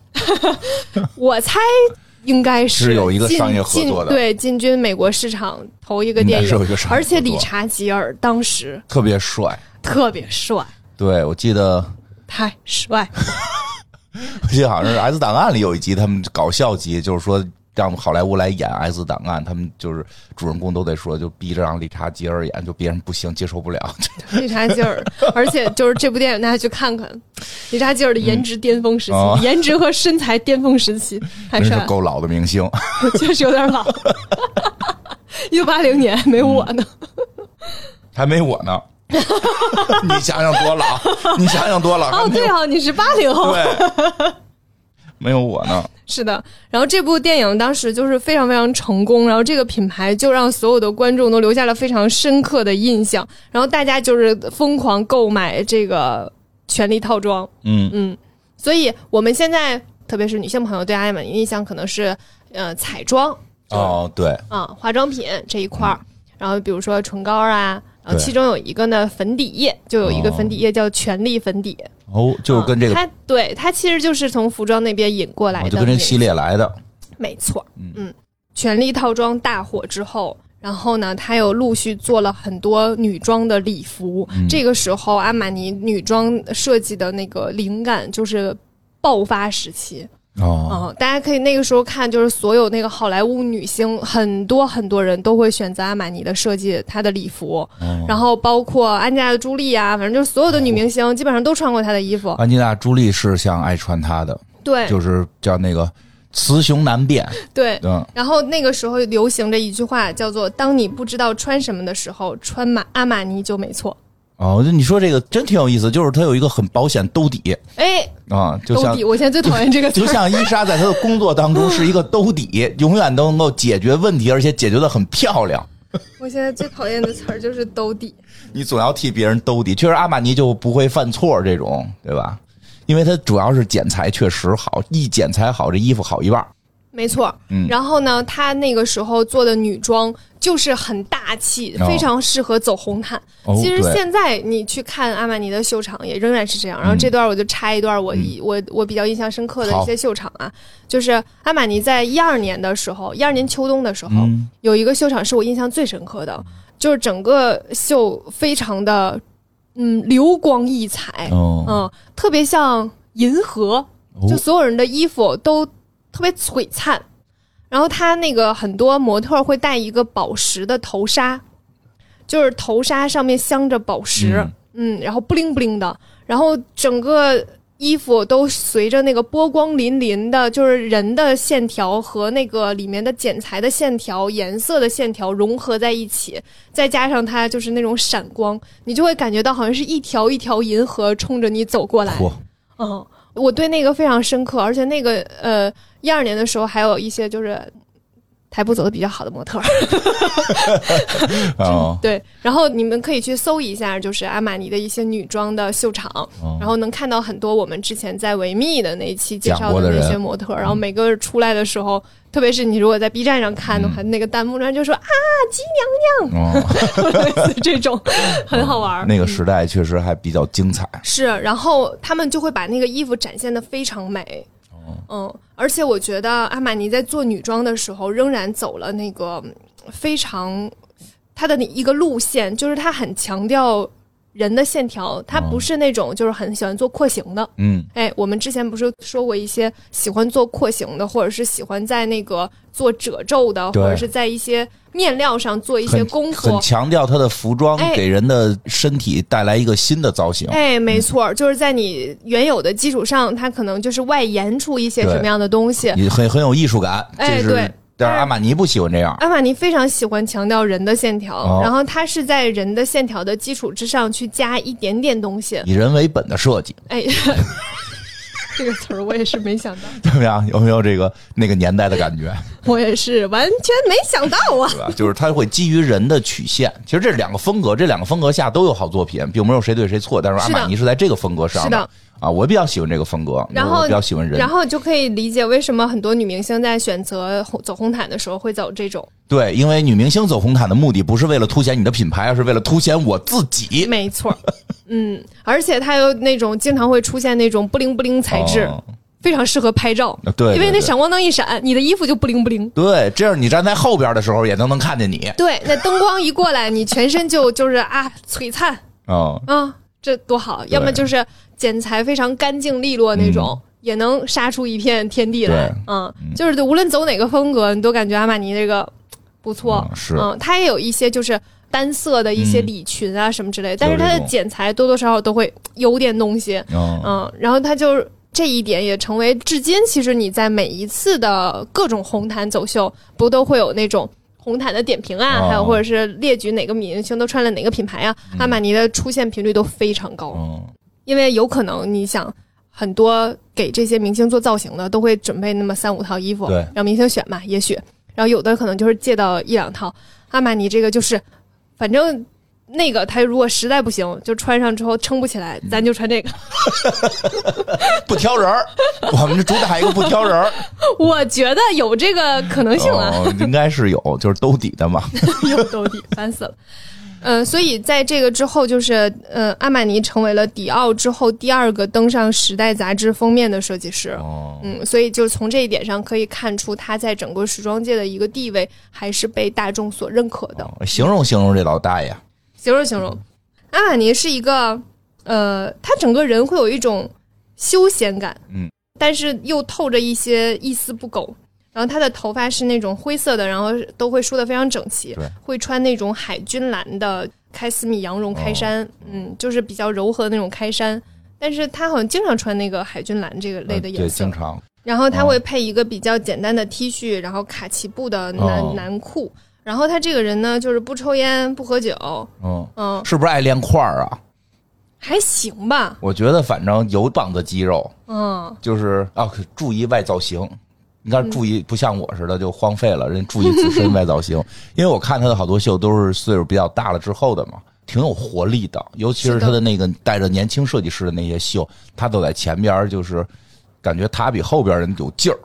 我猜应该是
是有一个
进
商业合作的
进对进军美国市场头一个
应
电
该是有一
影，
个商业
而且
合作
理查吉尔当时
特别帅。
特别帅，
对，我记得，
太帅，
我记得好像是《S 档案》里有一集，他们搞笑集，就是说让好莱坞来演《S 档案》，他们就是主人公都得说，就逼着让理查吉尔演，就别人不行，接受 不了。
理查吉 尔，而且就是这部电影大家去看看，理查吉尔的颜值巅峰时期，
哦
颜值和身材巅峰时期，太
真
帅
是
了，
够老的明星。
确实有点老，一九八零年没我呢。
还没我呢。 你想想多老， 你想想 多老，还
哦，
没
对
有
哦， 你是八零后，
啊对，哦没有我呢。
是的。然后这部电影当时就是非常非常成功，然后这个品牌就让所有的观众都留下了非常深刻的印象，然后大家就是疯狂购买这个权力套装。
嗯
所以我们现在，特别是女性朋友对爱美的印象可能是，呃，彩妆
哦，对，
啊、化妆品这一块儿，然后比如说唇膏啊，然后
嗯对
其中有一个呢粉底液，就有一个
哦
粉底液叫权力粉底，
哦，就是跟这
嗯
个，
它对它其实就是从服装那边引过来
我
的，
就跟这系列来的。
没错，
嗯
嗯，权力套装大火之后。然后呢，它又陆续做了很多女装的礼服。
嗯
这个时候，阿玛尼女装设计的那个灵感就是爆发时期。
哦，
嗯，大家可以那个时候看，就是所有那个好莱坞女星，很多很多人都会选择阿玛尼的设计，她的礼服，
哦
然后包括安家的朱莉啊，反正就是所有的女明星基本上都穿过她的衣服。
安吉娜·朱莉是像爱穿它的，
对
就是叫那个雌雄难辨。
对。
嗯，
然后那个时候流行着一句话，叫做“当你不知道穿什么的时候，穿马阿玛尼就没错
哦，就你说这个真挺有意思，就是它有一个很保险兜底”。
哎，
啊，就
兜
像
底，我现在最讨厌这个词
就
儿。
像伊莎在她的工作当中是一个兜底，永远都能够解决问题，而且解决的很漂亮。
我现在最讨厌的词儿就是“兜底
你总要替别人兜底。确实，阿玛尼就不会犯错这种，对吧？因为它主要是剪裁确实好，一剪裁好，这衣服好一半儿。”，
没错。
嗯
然后呢，她那个时候做的女装就是很大气，
哦
非常适合走红毯。
哦
其实
对嗯
现在你去看阿玛尼的秀场也仍然是这样。然后这段我就插一段我、一我我比较印象深刻的一些秀场啊，就是阿玛尼在一二年的时候，一二年秋冬的时候，
嗯
有一个秀场是我印象最深刻的，就是整个秀非常的嗯流光溢彩，
哦，
嗯，特别像银河，就所有人的衣服都特别璀璨。然后他那个很多模特会戴一个宝石的头纱，就是头纱上面镶着宝石，嗯然后布灵布灵的，然后整个衣服都随着那个波光粼粼的，就是人的线条和那个里面的剪裁的线条、颜色的线条融合在一起，再加上它就是那种闪光，你就会感觉到好像是一条一条银河冲着你走过来。
嚯，
嗯，我对那个非常深刻，而且那个呃，一二年的时候还有一些就是台步走的比较好的模特儿，
哦，
对。然后你们可以去搜一下，就是阿玛尼的一些女装的秀场，
哦
然后能看到很多我们之前在维密的那一期介
讲
绍
过的
的
人嗯
那些模特儿，然后每个出来的时候，特别是你如果在 B 站上看的话，
嗯
那个弹幕上就说啊，
哦，
类似这 种，很好玩儿。
那个时代确实还比较精彩。
是，然后他们就会把那个衣服展现的非常美。
哦
嗯，而且我觉得阿玛尼在做女装的时候，仍然走了那个嗯非常他的一个路线，就是他很强调人的线条，他不是那种就是很喜欢做廓形的。
哦嗯，
哎，我们之前不是说过一些喜欢做廓形的，或者是喜欢在那个做褶皱的，
对
或者是在一些面料上做一些
很
功夫，
很强调它的服装
哎
给人的身体带来一个新的造型。
哎，没错，就是在你原有的基础上，它可能就是外延出一些
对
什么样的东西。
你很很有艺术感，
哎
这
对
是，
但
但是
是
阿玛尼不喜欢这样。
阿玛尼非常喜欢强调人的线条，
哦
然后它是在人的线条的基础之上去加一点点东西。
以人为本的设计，
哎，这个词儿我也是没想到，
怎么样？有没有这个那个年代的感觉？
我也是完全没想到啊。
对吧？就是它会基于人的曲线。其实这两个风格，这两个风格下都有好作品，并没有谁对谁错。但是阿
是的
玛尼是在这个风格上
是的
啊，我比较喜欢这个风格，
然
我
后
比较喜欢人
然。后就可以理解为什么很多女明星在选择红走红毯的时候会走这种。
对，因为女明星走红毯的目的不是为了凸显你的品牌，而是为了凸显我自己。
没错儿，嗯，而且它有那种经常会出现那种不灵不灵材质，
哦
非常适合拍照。
啊对对
因为那
对
闪光灯一闪，你的衣服就不灵不灵。
对，这样你站在后边的时候也都能看见你。
对，那灯光一过来，你全身就 就是啊璀璨
嗯，
啊，这多好！要么就是剪裁非常干净利落那种。也能杀出一片天地来
嗯对，
嗯，就是无论走哪个风格，你都感觉阿玛尼这个不错，
嗯是
嗯，它也有一些就是单色的一些
嗯
礼裙啊什么之类的，但是
有这
它的
种
剪裁多多少少都会有点东西，
嗯，
嗯，然后他就这一点也成为至今，其实你在每一次的各种红毯走秀，不都会有那种红毯的点评啊，
哦
还有或者是列举哪个明星都穿了哪个品牌啊，阿玛尼的出现频率都非常高，
嗯，
因为有可能你想。很多给这些明星做造型的都会准备那么三五套衣服
对，
让明星选嘛，也许，然后有的可能就是借到一两套。阿玛尼这个就是，反正那个他如果实在不行，就穿上之后撑不起来，咱就穿这个。
不挑人儿， 我们主打一个不挑 人儿。
我觉得有这个可能性啊，
哦，应该是有，就是兜底的嘛。
有兜底，烦死了。嗯，所以在这个之后，就是呃，阿玛尼成为了迪奥之后第二个登上《时代》杂志封面的设计师。
哦，
嗯，所以就从这一点上可以看出，他在整个时装界的一个地位还是被大众所认可的。
形容形容这老大爷，
形容形容，阿玛尼是一个，呃，他整个人会有一种休闲感，
嗯，
但是又透着一些一丝不苟。然后他的头发是那种灰色的，然后都会梳得非常整齐
对，
会穿那种海军蓝的开司密羊绒开衫，
哦
嗯，就是比较柔和的那种开衫。但是他好像经常穿那个海军蓝这个类的
嗯
颜
对，
色，
经常
然后他会配一个比较简单的 T 恤，然后卡其布的男、
哦
男裤。然后他这个人呢，就是不抽烟不喝酒，
嗯，
嗯，
是不是爱练块儿啊？
还行吧，
我觉得反正有膀子肌肉，
嗯，
就是啊，可注意外造型。你看，注意不像我似的就荒废了，人注意自身外造 型。因为我看他的好多秀都是岁数比较大了之后的嘛，挺有活力的。尤其
是
是
的
他的那个带着年轻设计师的那些秀，他走在前边儿就是感觉他比后边人有劲儿。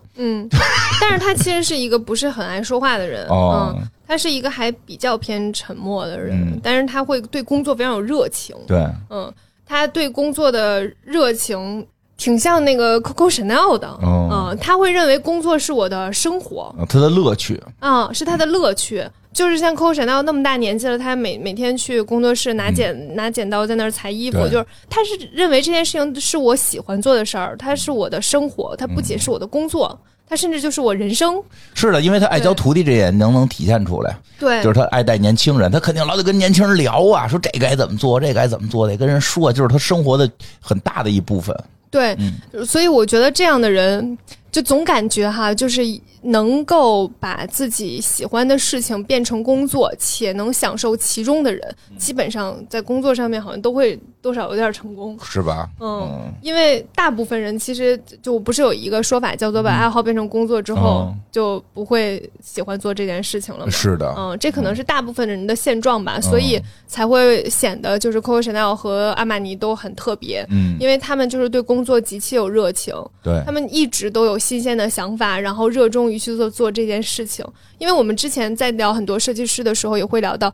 但是他其实是一个不是很爱说话的人，
哦嗯
嗯，他是一个还比较偏沉默的人，但是他会对工作非常有热情，
对，啊
嗯，他对工作的热情挺像那个 Coco Chanel 的，
哦
嗯，他会认为工作是我的生活，
嗯他的乐趣，
啊，是他的乐趣。就是像 Coco Chanel 那么大年纪了，他每每天去工作室拿剪、拿剪刀在那儿裁衣服，
嗯对
就是他是认为这件事情是我喜欢做的事儿，它是我的生活，它不仅
嗯
是我的工作，它甚至就是我人生。
是的，因为他爱教
对
徒弟这也能能体现出来。
对，
就是他爱带年轻人，他肯定老得跟年轻人聊啊，说这该怎么做，这该怎么做，得跟人说，就是他生活的很大的一部分。
对，
嗯
所以我觉得这样的人，就总感觉哈，就是能够把自己喜欢的事情变成工作，且能享受其中的人，
嗯
基本上在工作上面好像都会多少有点儿成功。
是吧？
嗯，因为大部分人其实就不是有一个说法叫做把爱好变成工作之后
嗯哦
就不会喜欢做这件事情了吗？
是哦的，
嗯，这可能是大部分人的现状吧，所以才会显得就是 Coco Chanel 和阿玛尼都很特别，
嗯，哎
因为他们就是对工作极其有热情，
对
他，们一直都有新鲜的想法，然后热衷于去做做这件事情。因为我们之前在聊很多设计师的时候，也会聊到，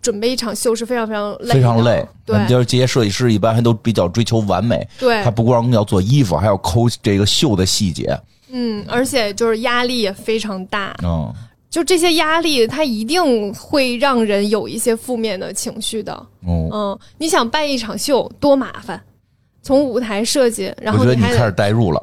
准备一场秀是非常非常累的，
非常累。嗯
对
就是这些设计师一般还都比较追求完美，
对
他，不光要做衣服，还要抠这个绣的细节。
嗯，而且就是压力也非常大，
嗯，
就这些压力，它一定会让人有一些负面的情绪的。
哦，
嗯，你想办一场秀多麻烦，从舞台设计，然
我
后
觉得你
还
开始
得
代 入了。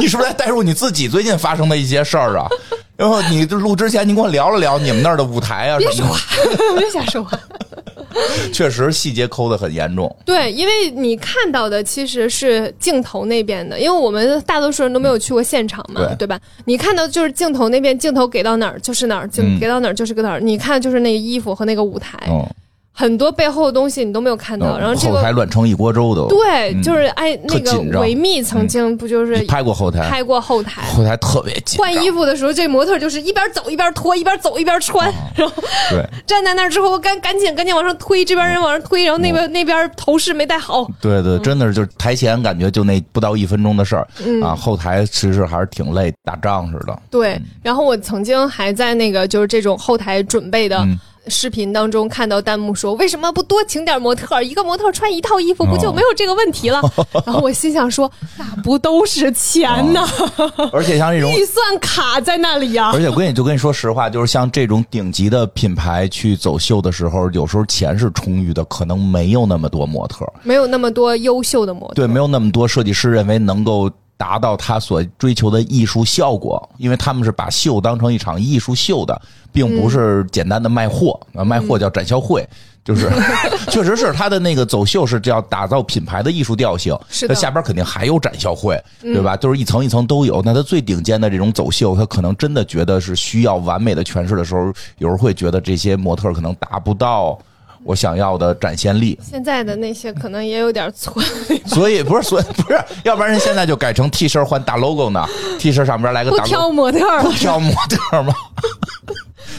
你是不是在代入你自己最近发生的一些事儿啊？然后你录之前，你跟我聊了聊你们那儿的舞台啊，
别
什
说
么
话， 别瞎说话。
的，确实细节抠的很严重。
对，因为你看到的其实是镜头那边的，因为我们大多数人都没有去过现场嘛，
对
对吧？你看到就是镜头那边，镜头给到哪儿就是哪儿，镜
嗯
给到哪儿就是个哪儿。你看就是那个衣服和那个舞台，
嗯，
很多背后的东西你都没有看到。
嗯
哎然后这
后台
个
乱成一锅粥都。
对，
嗯
就是哎，那
特
个
紧张
维密曾经不就是
你拍过后台，
拍过后台？
后台特别紧张。
换衣服的时候，这模特就是一边走一边脱，一边走一边
哦
穿，然后
对
站在那儿之后，赶赶紧赶紧往上推，这边人往上推，然后
哦
那边那边头饰没戴好，
对对，真的是就是台前感觉就那不到一分钟的事儿、
嗯
啊，后台其实还是挺累，打仗似 的。
对，然后我曾经还在那个就是这种后台准备的
嗯
视频当中看到弹幕说，为什么不多请点模特儿？一个模特儿穿一套衣
哦
服，不就没有这个问题 了？然后我心想说，那不都是钱呐，
哦而且像这种
预算卡在那里呀、
而且我跟你就跟你说实话，就是像这种顶级的品牌去走秀的时候，有时候钱是充裕的，可能没有那么多模特儿，
没有那么多优秀的模特
对，
儿。
没有那么多设计师认为能够达到他所追求的艺术效果，因为他们是把秀当成一场艺术秀的，并
嗯
不是简单的卖货，啊，卖货叫展销会。就是， 确实是他的那个走秀是叫打造品牌的艺术调性，
是
那
的嗯
下边肯定还有展销会，对吧？就是一层一层都有。那他最顶尖的这种走秀，他可能真的觉得是需要完美的诠释的时候，有时候会觉得这些模特可能达不到我想要的展现力，
现在的那些可能也有点 错，
所以不是，所以不是， 要不然人现在就改成 T 恤换大 logo 呢？T 恤上边来个
不
大 logo，
挑模特儿了
不。挑模特吗？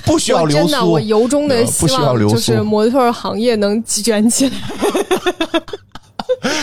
不需要
我
流
真的，
苏
我，由衷的
呃
希
不需要
望
流
就是
苏
模特儿行业能卷起来。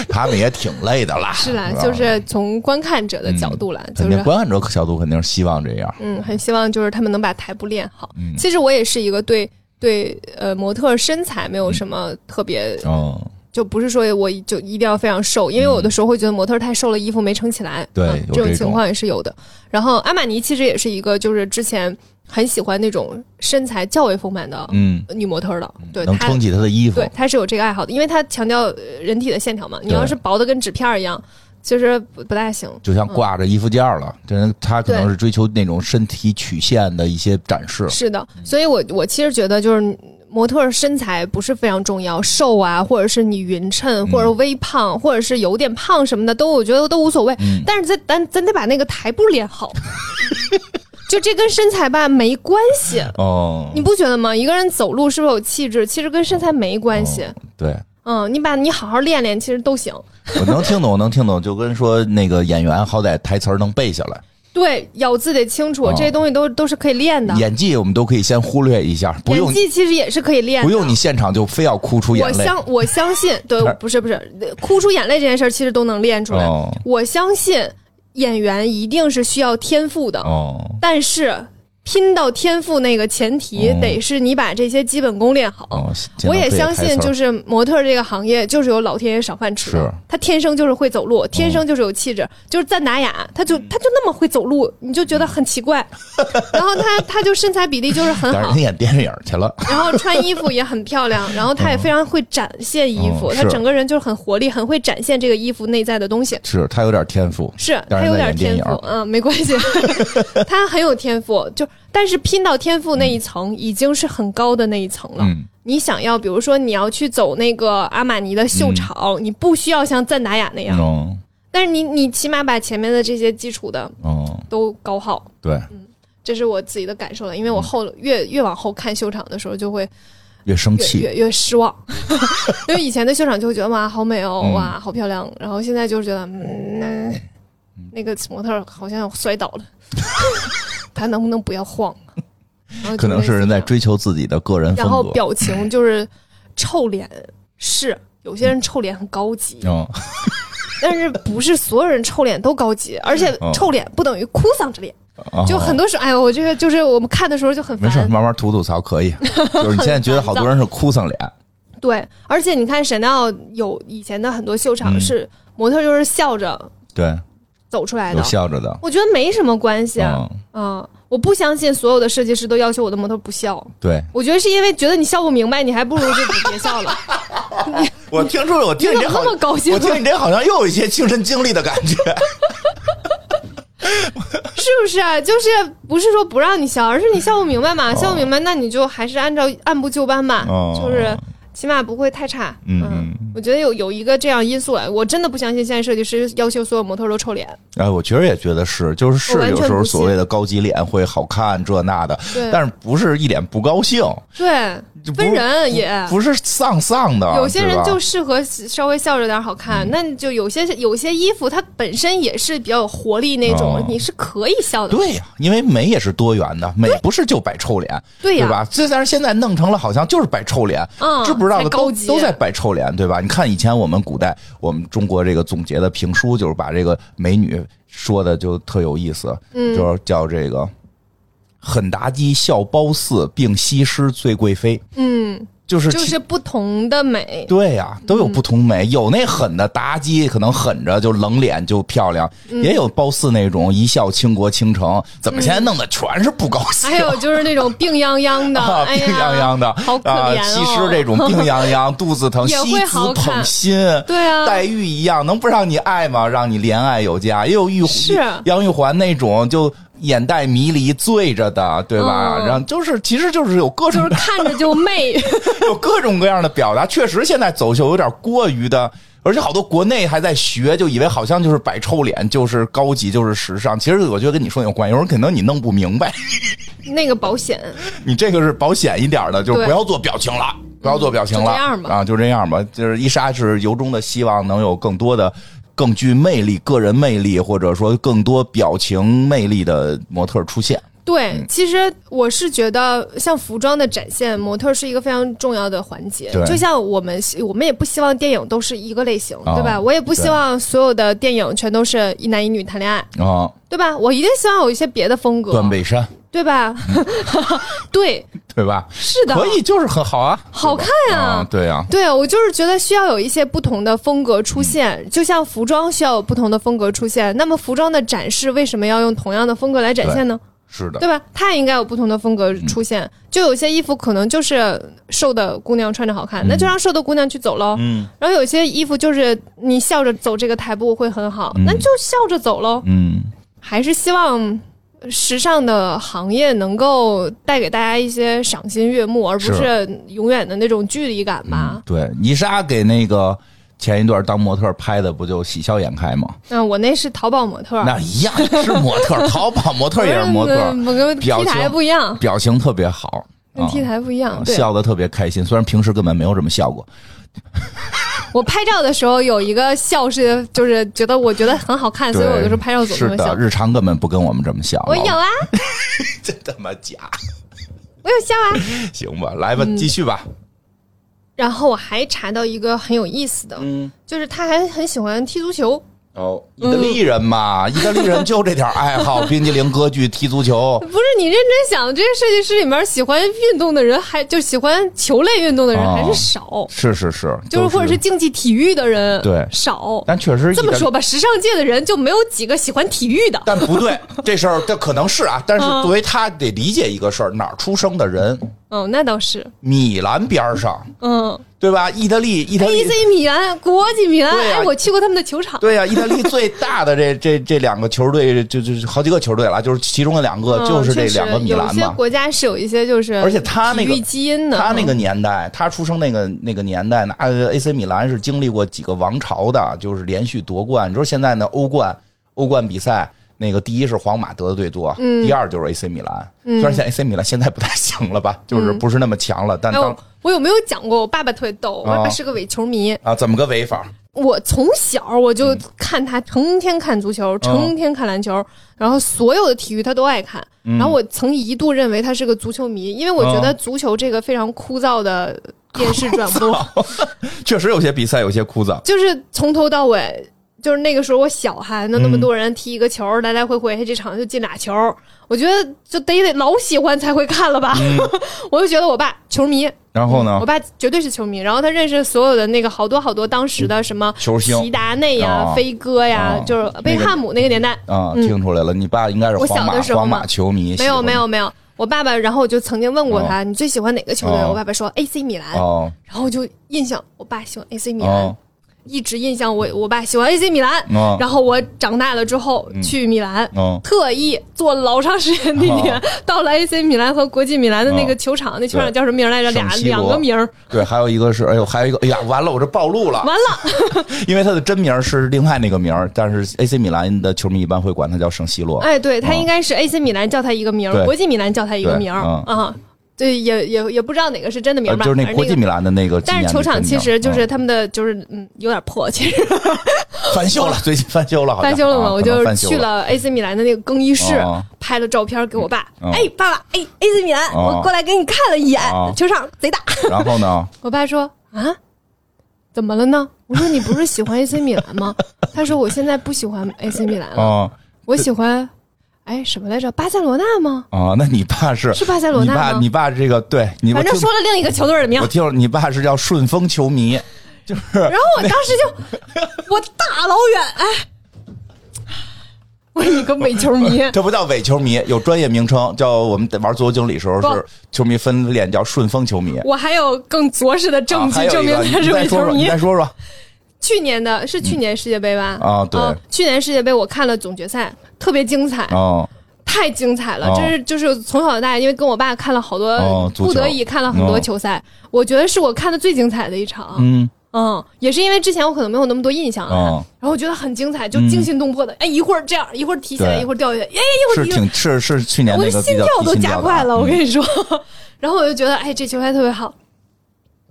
他们也挺累的啦。
是啦，
吧
就是从观看者的角度啦，就
肯
是
定观看者小度肯定是希望这样。
嗯，很希望就是他们能把台步练好。
嗯
其实我也是一个对对呃模特身材没有什么特别，
嗯，
就不是说我就一定要非常瘦，因为有的时候会觉得模特太瘦了，衣服没撑起来。
对
嗯这种
有这种
情况也是有的。然后阿玛尼其实也是一个，就是之前很喜欢那种身材较为丰满的
嗯，
女模特的，对
能
她。
撑起他的衣服
对，，他是有这个爱好的，因为他强调呃人体的线条嘛。你要是薄的跟纸片儿一样，其实不不大行。
就像挂着衣服架
嗯
了。这人他可能是追求那种身体曲线的一些展示。
是的，所以我我其实觉得就是。模特儿身材不是非常重要，瘦啊，或者是你匀
嗯
称，或者微胖，或者是有点胖什么的，都我觉得都无所谓。
嗯
但是咱咱咱得把那个台步练 好，就这跟身材吧没关系，
哦，
你不觉得吗？一个人走路是否有气质，其实跟身材没关系。
哦对。
嗯，你把你好好练练，其实都行。
我能听懂，我能听懂，就跟说那个演员好歹台词儿能背下 来，
对，咬字得清楚，
哦
这些东西都都是可以练的。
演技我们都可以先忽略一下，不用
演技其实也是可以练的，
不用你。现场就非要哭出眼
我
泪。
相我相信，对，不是不是，哭出眼泪这件事儿其实都能练出来。
哦
我相信演员一定是需要天赋的，
哦，
但是拼到天赋那个前提
哦
得是你把这些基本功练好。
哦
我也相信，就是是模特这个行业，就是有老天爷赏饭吃的
是嗯
他天生就是会走路，天生就是有气质，就是赞达雅，他就他就那么会走路，你就觉得很奇 怪。然后他他就身材比例就是很
但是
好
人，演电影去了，
然后穿衣服也很漂亮，然后他也非常会展现衣服，
嗯
他
是
整个人就是很活力，很会展现这个衣服内在的东西。
是他有点天赋，
是
但
他有
是在
点
演
天
电影
赋，嗯，没关系， 他很有天赋，就但是拼到天赋那一层已经是很高的那一层了。
嗯，
你想要，比如说你要去走那个阿玛尼的秀场，你不需要像赞达雅那样，
嗯
但是你你起码把前面的这些基础的
嗯，
都搞好，
对，
这是我自己的感受了。因为
嗯
我后越越往后看秀场的时候，就会
越生
越
气，
越越失望， 因为以前的秀场就会觉得哇好美哦，
嗯
哇好漂亮，然后现在就是觉得嗯，那那个模特儿好像摔倒了， 他能不能不要晃啊？然后就
可能是人在
类似这样
追求自己的个人
然
风
后
格。
表情就是臭脸，是有些人臭脸很高级，
嗯，
但是不是所有人臭脸都高级，而且
哦
臭脸不等于哭丧着脸，
哦
就很多时候，哎呦，我这个就是我们看的时候就很
没事，
烦，
慢慢吐吐槽 可以。就是你现在觉得好多人是哭丧脸，
对，而且你看沈闹有以前的很多秀场
嗯
是模特就是笑着
对，
走出来
有
的，
笑着的，
我觉得没什么关系啊，
嗯，
嗯，我不相信所有的设计师都要求我的模特不笑，
对，
我觉得是因为觉得你笑不明白，你还不如就别 笑了，
我听出来，我听
你怎么那么高兴啊
我听你这好像又有一些亲身经历的感觉。
是不是啊？就是不是说不让你笑，而是你笑不明白嘛？笑不明白，那你就还是按照按部就班吧，
哦哦
就是起码不会太差。
嗯
嗯
嗯
我觉得有有一个这样因素啊，我真的不相信现在设计师要求所有模特都臭脸。
哎，我觉得也觉得是，就是
我
是
完
有
全
时
不
候
信
所谓的高级脸会好看这那的，
对
但是不是一脸不高兴，
对，
就不
分人啊也。
不是丧丧的，
有些人
对吧
就适合稍微笑着点好
嗯
看，那你就有些有些衣服它本身也是比较有活力那种，
哦
你是可以笑的。
对呀、因为美也是多元的，美不是就摆臭脸，
对呀
吧？这但是现在弄成了好像就是摆臭脸，
嗯
知不知道的
才
都
高级
都在摆臭脸，对吧？你看以前我们古代，我们中国这个总结的评书就是把这个美女说的就特有意思，嗯，就是叫这个狠妲己笑褒姒，并西施醉贵妃，嗯，就是
就
其
是嗯不同的美，
对呀、都有不同美，有那狠的妲己，可能狠着就冷脸就漂亮，
嗯
也有褒姒那种一笑倾国倾城，怎么现在弄的全是不高兴？
还有就是那种病殃殃的，
啊，
哎
病
呀，
殃殃的，
好可
啊
怜哦。
西施这种病殃殃，肚子疼，
也
西
会好
子
看
捧心，
对啊
黛玉一样，能不让你爱吗？让你怜爱有加。也有玉
是
杨玉环那种就眼带迷离醉着的，对吧？
嗯
然后就是其实就是有各种
就是看着就媚，
有各种各样的表达，确实现在走秀有点过于的，而且好多国内还在学，就以为好像就是摆臭脸就是高级就是时尚，其实我觉得跟你说有关系，有时候可能你弄不明白，
那个保险
你这个是保险一点的，就是
对嗯
不要做表情了。不要做表情了，
就这样吧
啊，就这样吧。就是伊莎是由衷的希望能有更多的、更具魅力、个人魅力，或者说更多表情魅力的模特出现。
对，
嗯
其实我是觉得，像服装的展现，模特是一个非常重要的环节
对。
就像我们希，我们也不希望电影都是一个类型，
哦
对吧？我也不希
对
望所有的电影全都是一男一女谈恋爱，
啊，
对吧？我一定希望有一些别的风格
断，背山，
对吧？ 对，
对吧？
是的，
可以，就是很好啊，
好看呀、
啊，对呀、
对，我就是觉得需要有一些不同的风格出现，
嗯
就像服装需要有不同的风格出现。那么服装的展示为什么要用同样的风格来展现呢？
是的嗯
对。吧？它也应该有不同的风格出现。就有些衣服可能就是瘦的姑娘穿着好看，那就让瘦的姑娘去走喽。
嗯
然后有些衣服就是你笑着走这个台步会很好，那就笑着走喽。
嗯。
还是希望时尚的行业能够带给大家一些赏心悦目，而不是永远的那种距离感吧。
对，伊莎给那个前一段当模特拍的，不就喜笑颜开吗？
嗯、我那是淘宝模特儿，
那一样是模 特，淘宝模特也是模特，
嗯我跟 T
表情
台不一样，
表情特别好，
跟
啊
T 台不一样。嗯对，
笑的特别开心。虽然平时根本没有这么笑过，
我拍照的时候有一个笑是，就是觉得我觉得很好看，所以
对
我就是拍照总这
是
么
的，
笑。
日常根本不跟我们这么笑。
我有
老，
啊，
真他妈假，
我有笑啊。
行吧，来吧，
嗯
继续吧。
然后我还查到一个很有意思的，
嗯，
就是他还很喜欢踢足球。
哦，意大利人嘛，意大利人就这点爱好： 冰激凌、歌剧、踢足球。
不是你认真想，这些设计师里面喜欢运动的人还，就喜欢球类运动的人
哦
还是少，
是是是，
就是或者是竞技体育的人
对
少。
但确实
这么
意大利
说吧，时尚界的人就没有几个喜欢体育的。
但 不对，这事儿这可能是啊，但是作为他得理解一个事儿，哪儿出生的人，
嗯，那倒是。
米兰边儿上，
嗯
对吧？意大利，意大利，
，AC 米兰、国际米兰，
对啊
哎，我去过他们的球场。
对呀、意大利最大的这这这两个球队，就就好几个球队了，就是其中的两个
嗯
就是
确
这
实
两个米
有
兰
些
嘛。
国家是有一些就是，
而且他那个
基因的，嗯
他那个年代，他出生那个那个年代，那呃 AC 米兰是经历过几个王朝的，就是连续夺冠。你说现在呢，欧冠欧冠比赛。那个第一是皇马得的最多，
嗯
第二就是 AC 米兰。虽然现在 AC 米兰现在不太行了吧，就是不是那么强了，但
嗯哎，
当哦
我我有没有讲过？我爸爸特别逗，我爸爸是个伪球迷。
啊，怎么个违法？
我从小我
嗯
就看他成天看足
哦
球，成天看篮球，然后所有的体育他都爱看。
嗯
然后我曾一度认为他是个足球迷，因为我
哦
觉得足球这个非常枯燥的电视转 播，
确实有些比赛有些枯燥。
就是从头到尾。就是那个时候我小哈，那那么多人踢一个球，来来回哎回这场就进俩球，我觉得就得得老喜欢才会看了吧。
嗯
我就觉得我爸球迷，
然后呢
我？爸绝对是球迷，然后他认识所有的那个好多好多当时的什么
嗯球星
齐达内呀
啊、
飞哥呀
啊，
就是贝克汉姆那个年代，
啊，听出来了，你爸应该是
嗯我小
皇马
的时候
皇
嘛
马球迷。
没
喜
有
欢
没有没有。我爸爸，然后我就曾经问过他，
哦
你最喜欢哪个球队？
哦
我爸爸说 AC 米兰，
哦
然后我就印象，我爸喜欢 AC 米兰，
哦，
一直印象我我爸喜欢 AC 米兰，
啊
然后我长大了之后去米兰，
嗯
特意坐了老长时间地铁、
哦
到了 AC 米兰和国际米兰的那个球场，那球场叫什么名来着？俩
圣西罗
两个名儿，
对，还有一个是，哎呦，还有一个，哎呀，完了，我这暴露了，
完了，
因为他的真名是另外那个名儿，但是 AC 米兰的球迷一般会管他叫圣西罗。
哎，对他
嗯
应该是 AC 米兰叫他一个名儿，
对
国际米兰叫他一个
对
名儿
嗯
啊，对，也也也不知道哪个是真的名
呃
儿吧，
就是那
反正
国际米兰的那个纪
但
念
是
的真名儿，
球场其实就
嗯
是他们的就是嗯有点破，其实
翻修了，最近翻修了好像，
翻修了嘛，
啊
我
可能
就
翻修
去
了。
了 AC 米兰的那个更衣室
哦，
拍了照片给我爸。
嗯
哎，爸爸，哎，AC 米兰，
哦
我过来给你看了一眼
哦，
球场贼大。
然后 呢？
我爸说啊，怎么了呢？我说你不是喜欢 AC 米兰吗？ 他说我现在不喜欢 AC 米兰了，哦
啊
我喜欢哎什么来着？巴塞罗那吗？
啊，那你爸是
是巴塞罗那
你爸
吗
你爸这个对你
反正说了另一个球队的名
我。听我听你爸是叫顺风球迷，就是
然后我当时 就我大老远哎， 我一个伪球迷。
这不叫伪球迷，有专业名称，叫我们玩足球经理时候
不
是球迷分脸叫顺风球迷。
我还有更着实的证
啊还
据
有
证
一
明
个
他
你
是
再
伪
说
球
说，你
迷
再。说说，
去年的是去年世界杯吧？
啊对
去年世界杯我看了总决赛，特别精彩，
哦，
太精彩了。
哦
就是就是从小到大，因为跟我爸看了好多，
哦足球
不得已看了很多球赛，我觉得是我看的最精彩的一场。
嗯，
嗯，也是因为之前我可能没有那么多印象啊，
哦
然后我觉得很精彩，就惊心动魄的。哎，一会儿这样，一会儿提起来，
对
一会儿掉下来，哎，一会
是
儿提起来
挺是是去年
我
那
的
个
心
比较
跳都
提心嗯
加
吊
快
胆
了，我跟你说。 然后我就觉得，哎，这球拍特别好。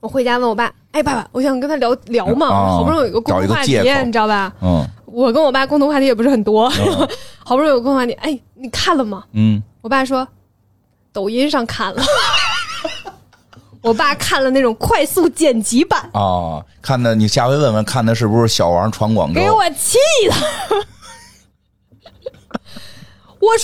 我回家问我爸，哎，爸爸，我想跟他聊聊嘛，
啊
好不容易有一个共
找一
同
个
话题
借，口
你知道吧？
嗯
我跟我爸共同话题也不是很多，
哦
好不容易有共同话题，哎，你看了吗？
嗯，
我爸说，抖音上看 了。我爸看了那种快速剪辑版，
哦，看的你下回问问，看的是不是小王传广州？
给我气的！我说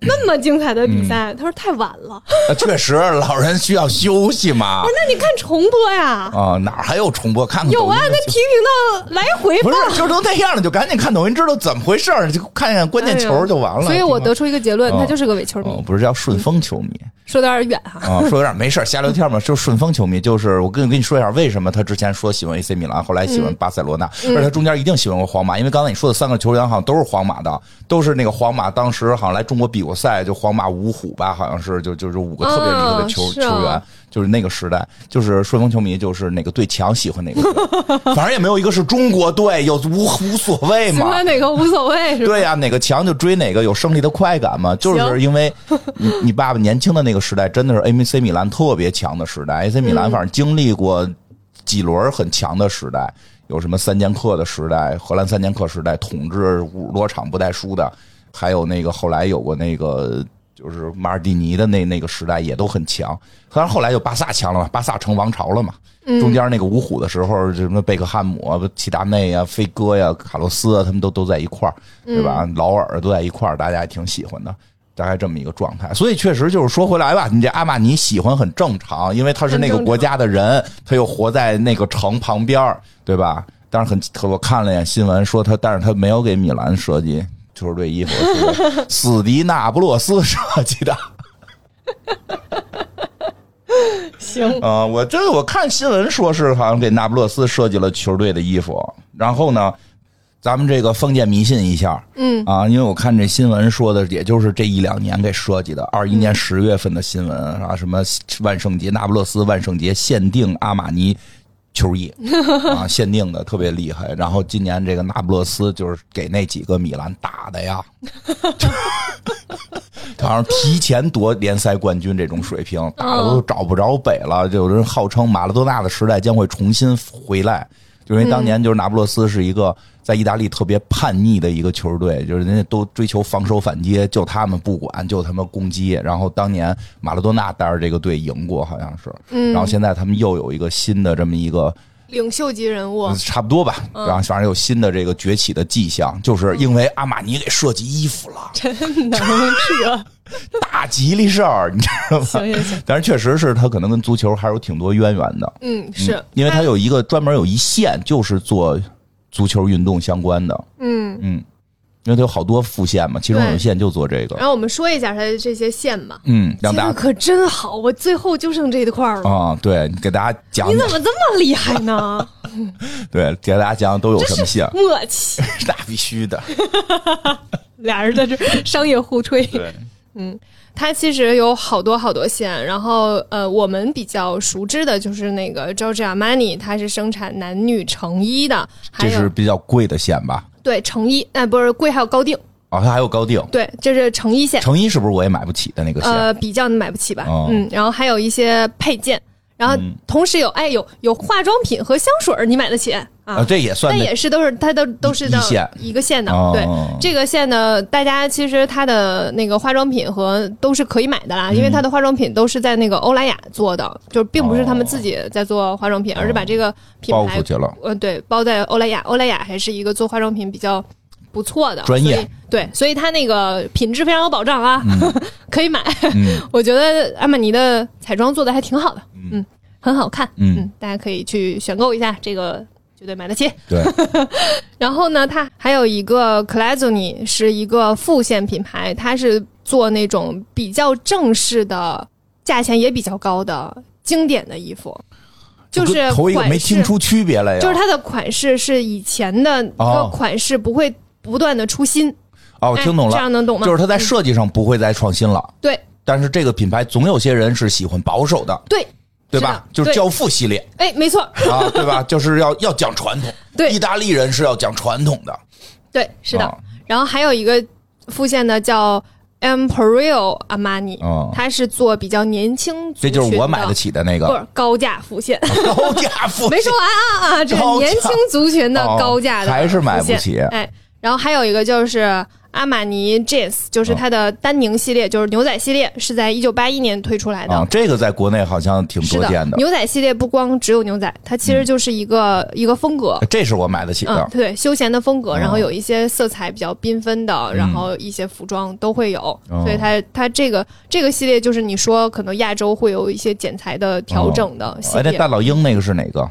那么精彩的比赛，
嗯
他说太晚了。
啊确实，老人需要休息嘛。
那你看重播呀？
啊，哪儿还有重播？看看
有
抖音
啊，
就
那
行
频频的来回
不
放。
是就成那样了，就赶紧看抖音，知道怎么回事儿，就看看关键球就完
哎
了。
所以我得嗯出一个结论，
哦
他就是个伪球迷。
哦，不是叫顺风球迷
说的有点远哈、
啊，说有点没事儿瞎聊天嘛，就是顺风球迷。就是我跟我跟你说一下，为什么他之前说喜欢 AC 米兰，后来喜
嗯
欢巴塞罗那，而且他中间一定喜欢过皇马，因为刚才你说的三个球员好像都是皇马的，都是那个皇马当时好像来中国比过赛，就皇马五虎吧，好像是就就是五个特别厉害的球、
哦是
球
啊
员。就是那个时代，就是顺风球迷，就是哪个队强喜欢哪个队，反正也没有一个是中国队，有无无所谓嘛。
喜欢哪个无所谓是吧？
对呀、哪个强就追哪个，有胜利的快感嘛。就是
行
因为你你爸爸年轻的那个时代，真的是 AC 米兰特别强的时代。AC 米
嗯
兰反正经历过几轮很强的时代，有什么三剑客的时代、荷兰三剑客时代，统治五十多场不带输的，还有那个后来有过那个。就是马尔蒂尼的那那个时代也都很强，当然后来就巴萨强了嘛，巴萨成王朝了嘛。
嗯
中间那个五虎的时候，什么贝克汉姆、啊、齐达内啊、飞哥呀、卡洛斯啊，他们都都在一块儿，对吧？
嗯
劳尔都在一块儿，大家也挺喜欢的，大概这么一个状态。所以确实就是说回来吧，你这阿玛尼喜欢很正常，因为他是那个
很正常
国家的人，他又活在那个城旁边儿，对吧？当然很，我看了一眼新闻说他，但是他没有给米兰设计球队衣服，是给死敌那不勒斯设计的。
行，
啊、我这个我看新闻说是好像给那不勒斯设计了球队的衣服，然后呢，咱们这个封建迷信一下，嗯啊，因为我看这新闻说的也就是这一两年给设计的，二一年十月份的新闻啊，什么万圣节那不勒斯万圣节限定阿玛尼。球衣啊，限定的特别厉害。然后今年这个那不勒斯就是给那几个米兰打的呀，好像提前夺联赛冠军这种水平，打的都找不着北了。就有人号称马拉多纳的时代将会重新回来，就因为当年就是那不勒斯是一个在意大利特别叛逆的一个球队，就是人家都追求防守反击，就他们不管，就他们攻击。然后当年马拉多纳带着这个队赢过，好像是。然后现在他们又有一个新的这么一个。
领袖级人物
嗯差不多吧，
嗯
然后反正有新的这个崛起的迹象，就是因为阿玛尼给设计衣 服了，
能扯？
大吉利事儿，你知道吗？
行行行，
但是确实是他可能跟足球还有挺多渊源的，
嗯，是
因为他有一个专门有一线就是做足球运动相关的，
嗯。
嗯，因为他有好多副线嘛，其中有一线就做这个
然，后我们说一下他的这些线吧，
嗯，
这
让大哦
个
家
可真好，我最后就剩这一块儿了。
啊、对，给大家讲
你
讲
怎么这么厉害呢？
对，给大家讲讲都有什 么馅儿，
默契，
那必须的。
俩人在这儿商业互吹。
对，
它其实有好多好多线，然后呃，我们比较熟知的就是那个 Giorgio Armani，它是生产男女成衣的，还
这是
有
比较贵的线吧？
对成衣，哎、不是贵，还有高定，
啊，它还有高定，
对，这是成衣线，
成衣是不是我也买不起的那个线？
呃，比较买不起吧，
哦嗯
嗯，然后还有一些配件，然后同时有哎有有化妆品和香水儿，你买得起啊？
啊，这也算
但
那
也是都是它都都是
一
到
线
一个线的，
哦
对这个线呢，大家其实它的那个化妆品和都是可以买的啦，
嗯
因为它的化妆品都是在那个欧莱雅做的，就是并不是他们自己在做化妆品，
哦
而是把这个品
包
牌
出去了。
呃对包在欧莱雅，欧莱雅还是一个做化妆品比较不错的
专业
所以对，所以它那个品质非常有保障啊， 可以买。
嗯
我觉得阿玛尼的彩妆做的还挺好的，嗯很好看，
嗯
大家可以去选购一下，这个绝对买得起。
对，
然后呢，它还有一个 c l a z o n i 是一个副线品牌，它是做那种比较正式的，价钱也比较高的经典的衣服， 就是
跟头一个
款
没
式
听出区别来呀。
就是它的款式是以前的一个
哦
款式不会不断的出新，
哦，我
哎
听懂
这
了，
样能懂吗？嗯
就是它在设计上不会再创新了，
对
但是这个品牌总有些人是喜欢保守的，
对，
对吧
是的？
就是
对
教父 系列
哎，没错，
啊，对吧？就是要要讲传统，
对
意大利人是要讲传统的，
对，是的。
啊
然后还有一个副线的叫 Emporio Armani，、
哦
它是做比较年轻族
这
群
就是我买得起的那
不
个
是高价副线，
高价父
没说完啊啊！这是
高价
年轻族群的
哦
高价的、
还是买不起
哎，然后还有一个就是阿玛尼 Jeans，就是
哦
它的丹宁系列，就是牛仔系列，是在一九八一年推出来的。
啊，这个在国内好像挺
是
多见的，嗯
牛仔系列不光只有牛仔，它其实就是一个、一个风格，
这是我买得起
嗯
的，。
对，休闲的风格，
嗯
然后有一些色彩比较缤纷的，然后一些服装都会有，
哦
所以它它这个这个系列就是你说可能亚洲会有一些剪裁的调整的系
哎，那
列，
大老鹰那个是哪个？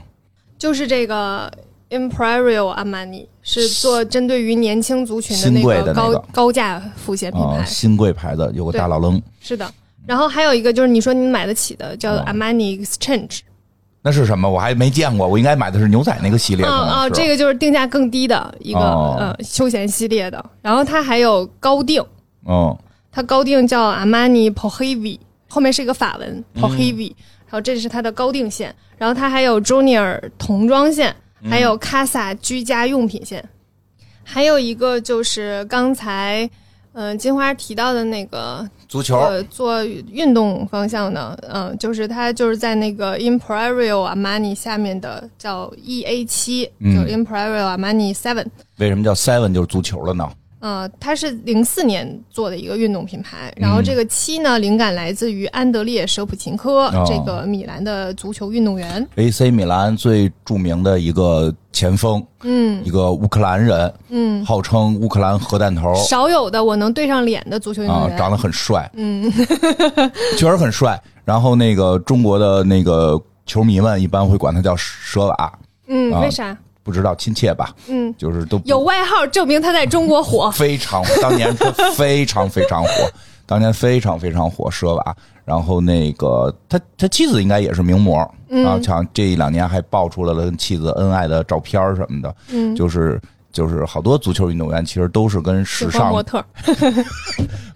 就是这个 Imperial Armani 是做针对于年轻族群的
新
那
贵
个
的那
高
个
高价复线品牌，
啊，新贵牌子有个
对
大老鹰，
是的。然后还有一个就是你说你买得起的叫
哦
Armani Exchange，
那是什么？我还没见过，我应该买的是牛仔那个系列。
啊
可能
啊，
是
这个就是定价更低的一个、
哦
呃休闲系列的，然后它还有高定。
嗯，
它高定叫 Armani p o h e v i 后面是一个法文 p o h e v i 然后这是它的高定线，然后它还有 Junior 童装线，还有 Casa 居家用品线，还有一个就是刚才嗯、呃金花提到的那个
足球
呃做运动方向的，嗯、就是它就是在那个 Imperial Armani 下面的叫 EA 七、
嗯
就 Imperial Armani Seven。
为什么叫 Seven 就是足球了呢？
呃，它是零四年做的一个运动品牌，然
嗯
后这个七呢，灵感来自于安德烈舍普琴科、
哦
这个米兰的足球运动员。
AC 米兰最著名的一个前锋，嗯，一个乌克兰人，嗯，号称乌克兰核弹头
少有的我能对上脸的足球运
哦啊
动，员，
长得很帅，嗯， 确实很帅。然后那个中国的那个球迷们一般会管他叫舍瓦，
嗯，
啊
为啥？
不知道亲切吧？
嗯，
就是都不。
有外号证明他在中国火
非常当年说非常非常火， 当年非常非常火奢娃。然后那个他他妻子应该也是名模，
嗯
然后像这一两年还爆出来了跟妻子恩爱的照片儿什么的，嗯，就是。就是好多足球运动员其实都是跟
喜
时
欢
尚
模，特儿，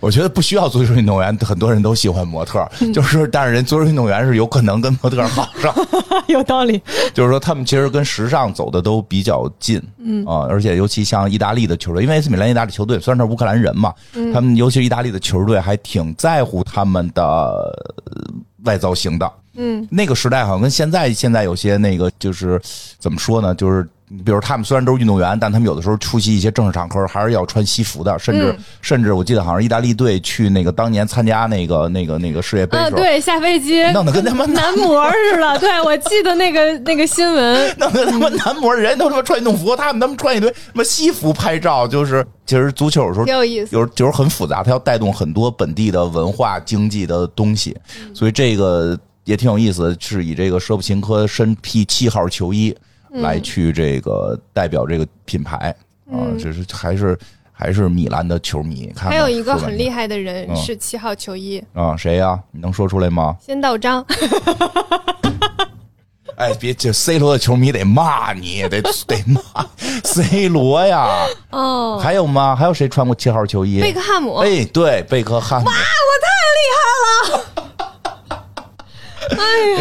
我觉得不需要足球运动员，很多人都喜欢模特儿，
嗯
就是但是人足球运动员是有可能跟模特儿好上，
有道理。
就是说他们其实跟时尚走的都比较近，嗯啊，而且尤其像意大利的球队，因为 AC 米兰意大利球队虽然是乌克兰人嘛，他们尤其是意大利的球队还挺在乎他们的呃外造型的，嗯，那个时代好像跟现在现在有些那个就是怎么说呢，就是。比如他们虽然都是运动员，但他们有的时候出席一些正式场合还是要穿西服的，甚至、甚至我记得好像意大利队去那个当年参加那个那个那个世界杯
嗯，
的时候，
对，下飞机
弄得跟他妈
男模似的。对，我记得那个 那个新闻，
弄得他
嗯
妈男模人都他妈穿运动服，他们他妈穿一堆什么西服拍照，就是其实足球有时候
挺有意思。
有时候很复杂，它要带动很多本地的文化经济的东西，
嗯
所以这个也挺有意思的，是以这个舍甫琴科身披七号球衣
嗯
来去这个代表这个品牌啊，就是还是还是米兰的球迷。看看
还有一个
说半
很
天
厉害的人
嗯
是七号球衣
啊，谁呀、你能说出来吗？
仙道章，
哎，别这 C 罗的球迷得骂你，得得骂 C 罗呀。
哦，
还有吗？还有谁穿过七号球衣？
贝克汉姆
哎，对，贝克汉姆。
啊我太厉害哎了，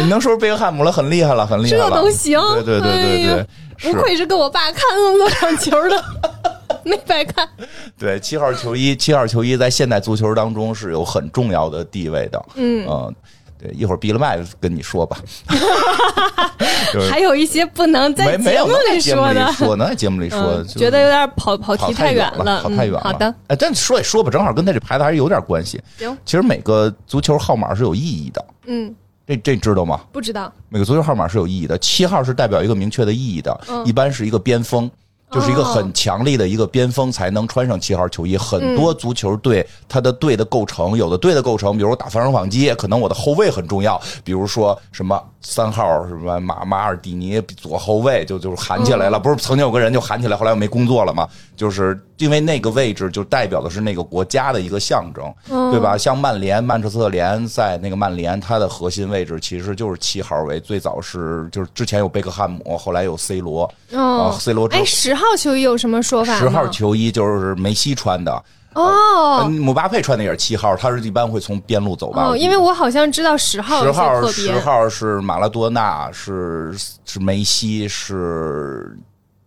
你能说出贝克汉姆了，很厉害了，很厉害了。
这都行
对对对
哎
对对
呀，
是
不愧是跟我爸看那么多场球的， 没白看。
对，七号球衣，七号球衣在现代足球当中是有很重要的地位的。嗯、对，一会儿闭了麦跟你说吧。就是
还有一些不能在
没没
节
有
目
能在
里
节目
说的
里，说，能在节目里说，
嗯，
就是
觉得有点跑跑
跑
题
远
远了，
跑太远了。
嗯。好的，，
哎，但说也说吧，正好跟他这牌子还是有点关系。
行，
其实每个足球号码是有意义的，
嗯，
这这你知道吗？
不知道，
每个足球号码是有意义的，七号是代表一个明确的意义的，
嗯
一般是一个边锋，就是一个
哦
很强力的一个边锋才能穿上七号球衣。很多足球队它的队的构成，有的队的构成，比如我打防守反击，可能我的后卫很重要，比如说什么三号什么马马尔蒂尼左后卫就就是喊起
嗯
来了，不是曾经有个人就喊起来，后来我没工作了嘛，就是因为那个位置就代表的是那个国家的一个象征，
嗯
对吧？像曼联、曼彻斯特联在那个曼联，它的核心位置其实就是七号位，最早是就是之前有贝克汉姆，后来有 C 罗，啊
哦
，C 罗之后
哎，十号球衣有什么说法吗？
十号球衣就是梅西穿的，
哦
嗯姆巴佩穿的也是七号，他是一般会从边路走吧？
哦，
我记
因
得
为我好像知道十号
十
有些
号
特
十
别，
号是马拉多纳，是是梅西，是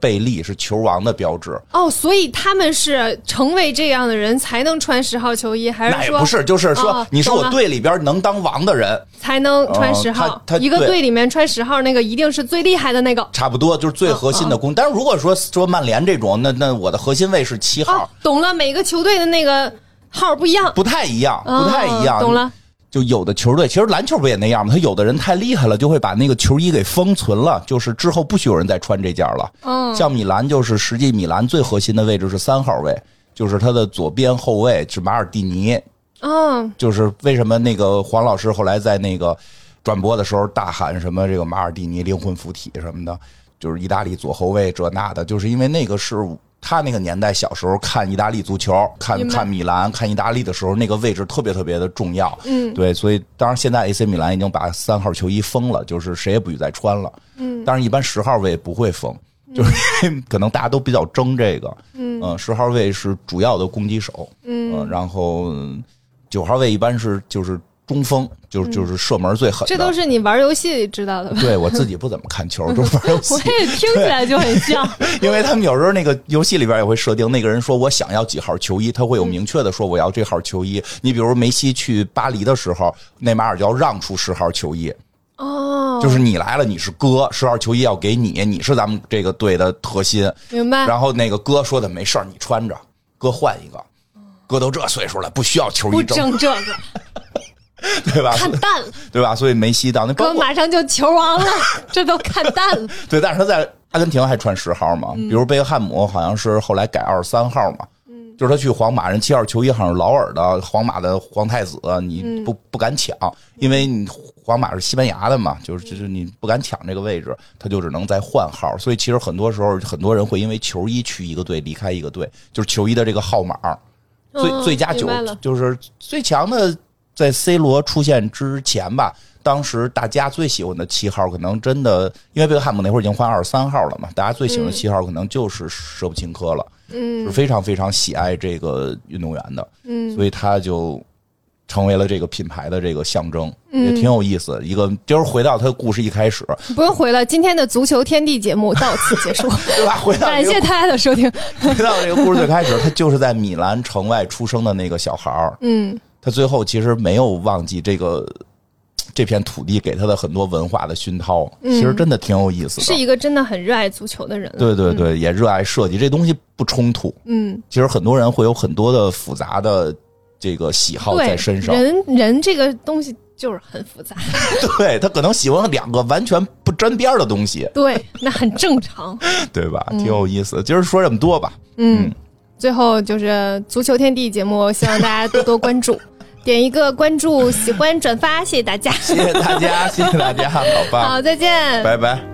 贝利，是球王的标志。
哦，所以他们是成为这样的人才能穿十号球衣，还
那
是
也
说
不是，就是说
哦
你是我
懂了
队里边能当王的人，
才能穿十号？
哦他他
一个
对
队里面穿十号那个一定是最厉害的那个。
差不多就是最
嗯
核心的功。但是如果说说曼联这种，那那我的核心位是七号
哦，，懂了，每个球队的那个号不一样，
不太一样，不太一样。
哦懂了。
就有的球队，其实篮球不也那样吗？他有的人太厉害了，就会把那个球衣给封存了，就是之后不许有人再穿这件了。
嗯
像米兰就是，实际米兰最核心的位置是三号位，就是他的左边后卫是马尔蒂尼，
嗯，
就是为什么那个黄老师后来在那个转播的时候大喊什么这个马尔蒂尼灵魂附体什么的，就是意大利左后卫这那的，就是因为那个是他那个年代小时候看意大利足球，看
明白
看米兰、看意大利的时候，那个位置特别特别的重要。嗯，对，所以当然现在 AC 米兰已经把三号球衣封了，就是谁也不许再穿了。嗯，当然一般十号位也不会封。就是因为可能大家都比较争这个，嗯，十、号位是主要的攻击手，嗯、然后九号位一般是就是中锋，就是就是射门最狠的。
嗯这都是你玩游戏里知 道的吧？
对我自己不怎么 看球，就是玩游戏
我也听起来就很像。
因为他们有时候那个游戏里边也会设定，那个人说我想要几号球衣，他
嗯
会有明确的说我要这号球衣。你比如梅西去巴黎的时候，内马尔就要让出十号球衣，
哦，
就是你来了，你是哥，十号球衣要给你，你是咱们这个队的核心。
明白。
然后那个哥说的没事儿，你穿着，哥换一个。哥都这岁数了，不需要球
不
衣争，
争这个，
对吧？
看淡了，
对吧？所以梅西到那 包
哥
括
马上就球王了， 这都看淡了。
对，但是他在阿根廷还穿十号嘛，比如贝克汉姆好像是后来改二十三号嘛，就是他去皇马人七号球衣好像是劳尔的，皇马的皇太子，啊你不不敢抢，因为你皇马是西班牙的嘛，就是就是你不敢抢这个位置，他就只能再换号，所以其实很多时候很多人会因为球衣去一个队离开一个队，就是球衣的这个号码。 最
嗯
最佳
明
九
白了
就是最强的，在 C 罗出现之前吧，当时大家最喜欢的七号可能真的，因为贝克汉姆那会儿已经换二十三号了嘛，大家最喜欢
嗯
的七号可能就是舍甫琴科了，嗯，是非常非常喜爱这个运动员的，嗯，所以他就成为了这个品牌的这个象征，
嗯
也挺有意思。一个就是回到他的故事一开始，
不用回了，今天的足球天地节目到此 结束，
对吧？回到
感
这个
谢大家的收听。
回到这个故事最开始，他就是在米兰城外出生的那个小孩儿。
嗯，
他最后其实没有忘记这个这片土地给他的很多文化的熏陶，其实真的挺有意思
嗯是
的。
一个嗯真的很热爱足球的人了。
对对对，也热爱设计，这东西不冲突。
嗯，
其实很多人会有很多的复杂的这个喜好
对，
在身上，
人人这个东西就是很复杂，
对他可能喜欢两个完全不沾边儿的东西，
对，那很正常。
对吧？挺有意思。今儿说这么多吧，
嗯，最后就是足球天地节目，希望大家多多关注，点一个关注、喜欢、转发，谢谢大家。
谢谢大家，谢谢大家，好吧，
好，再见，
啊拜拜。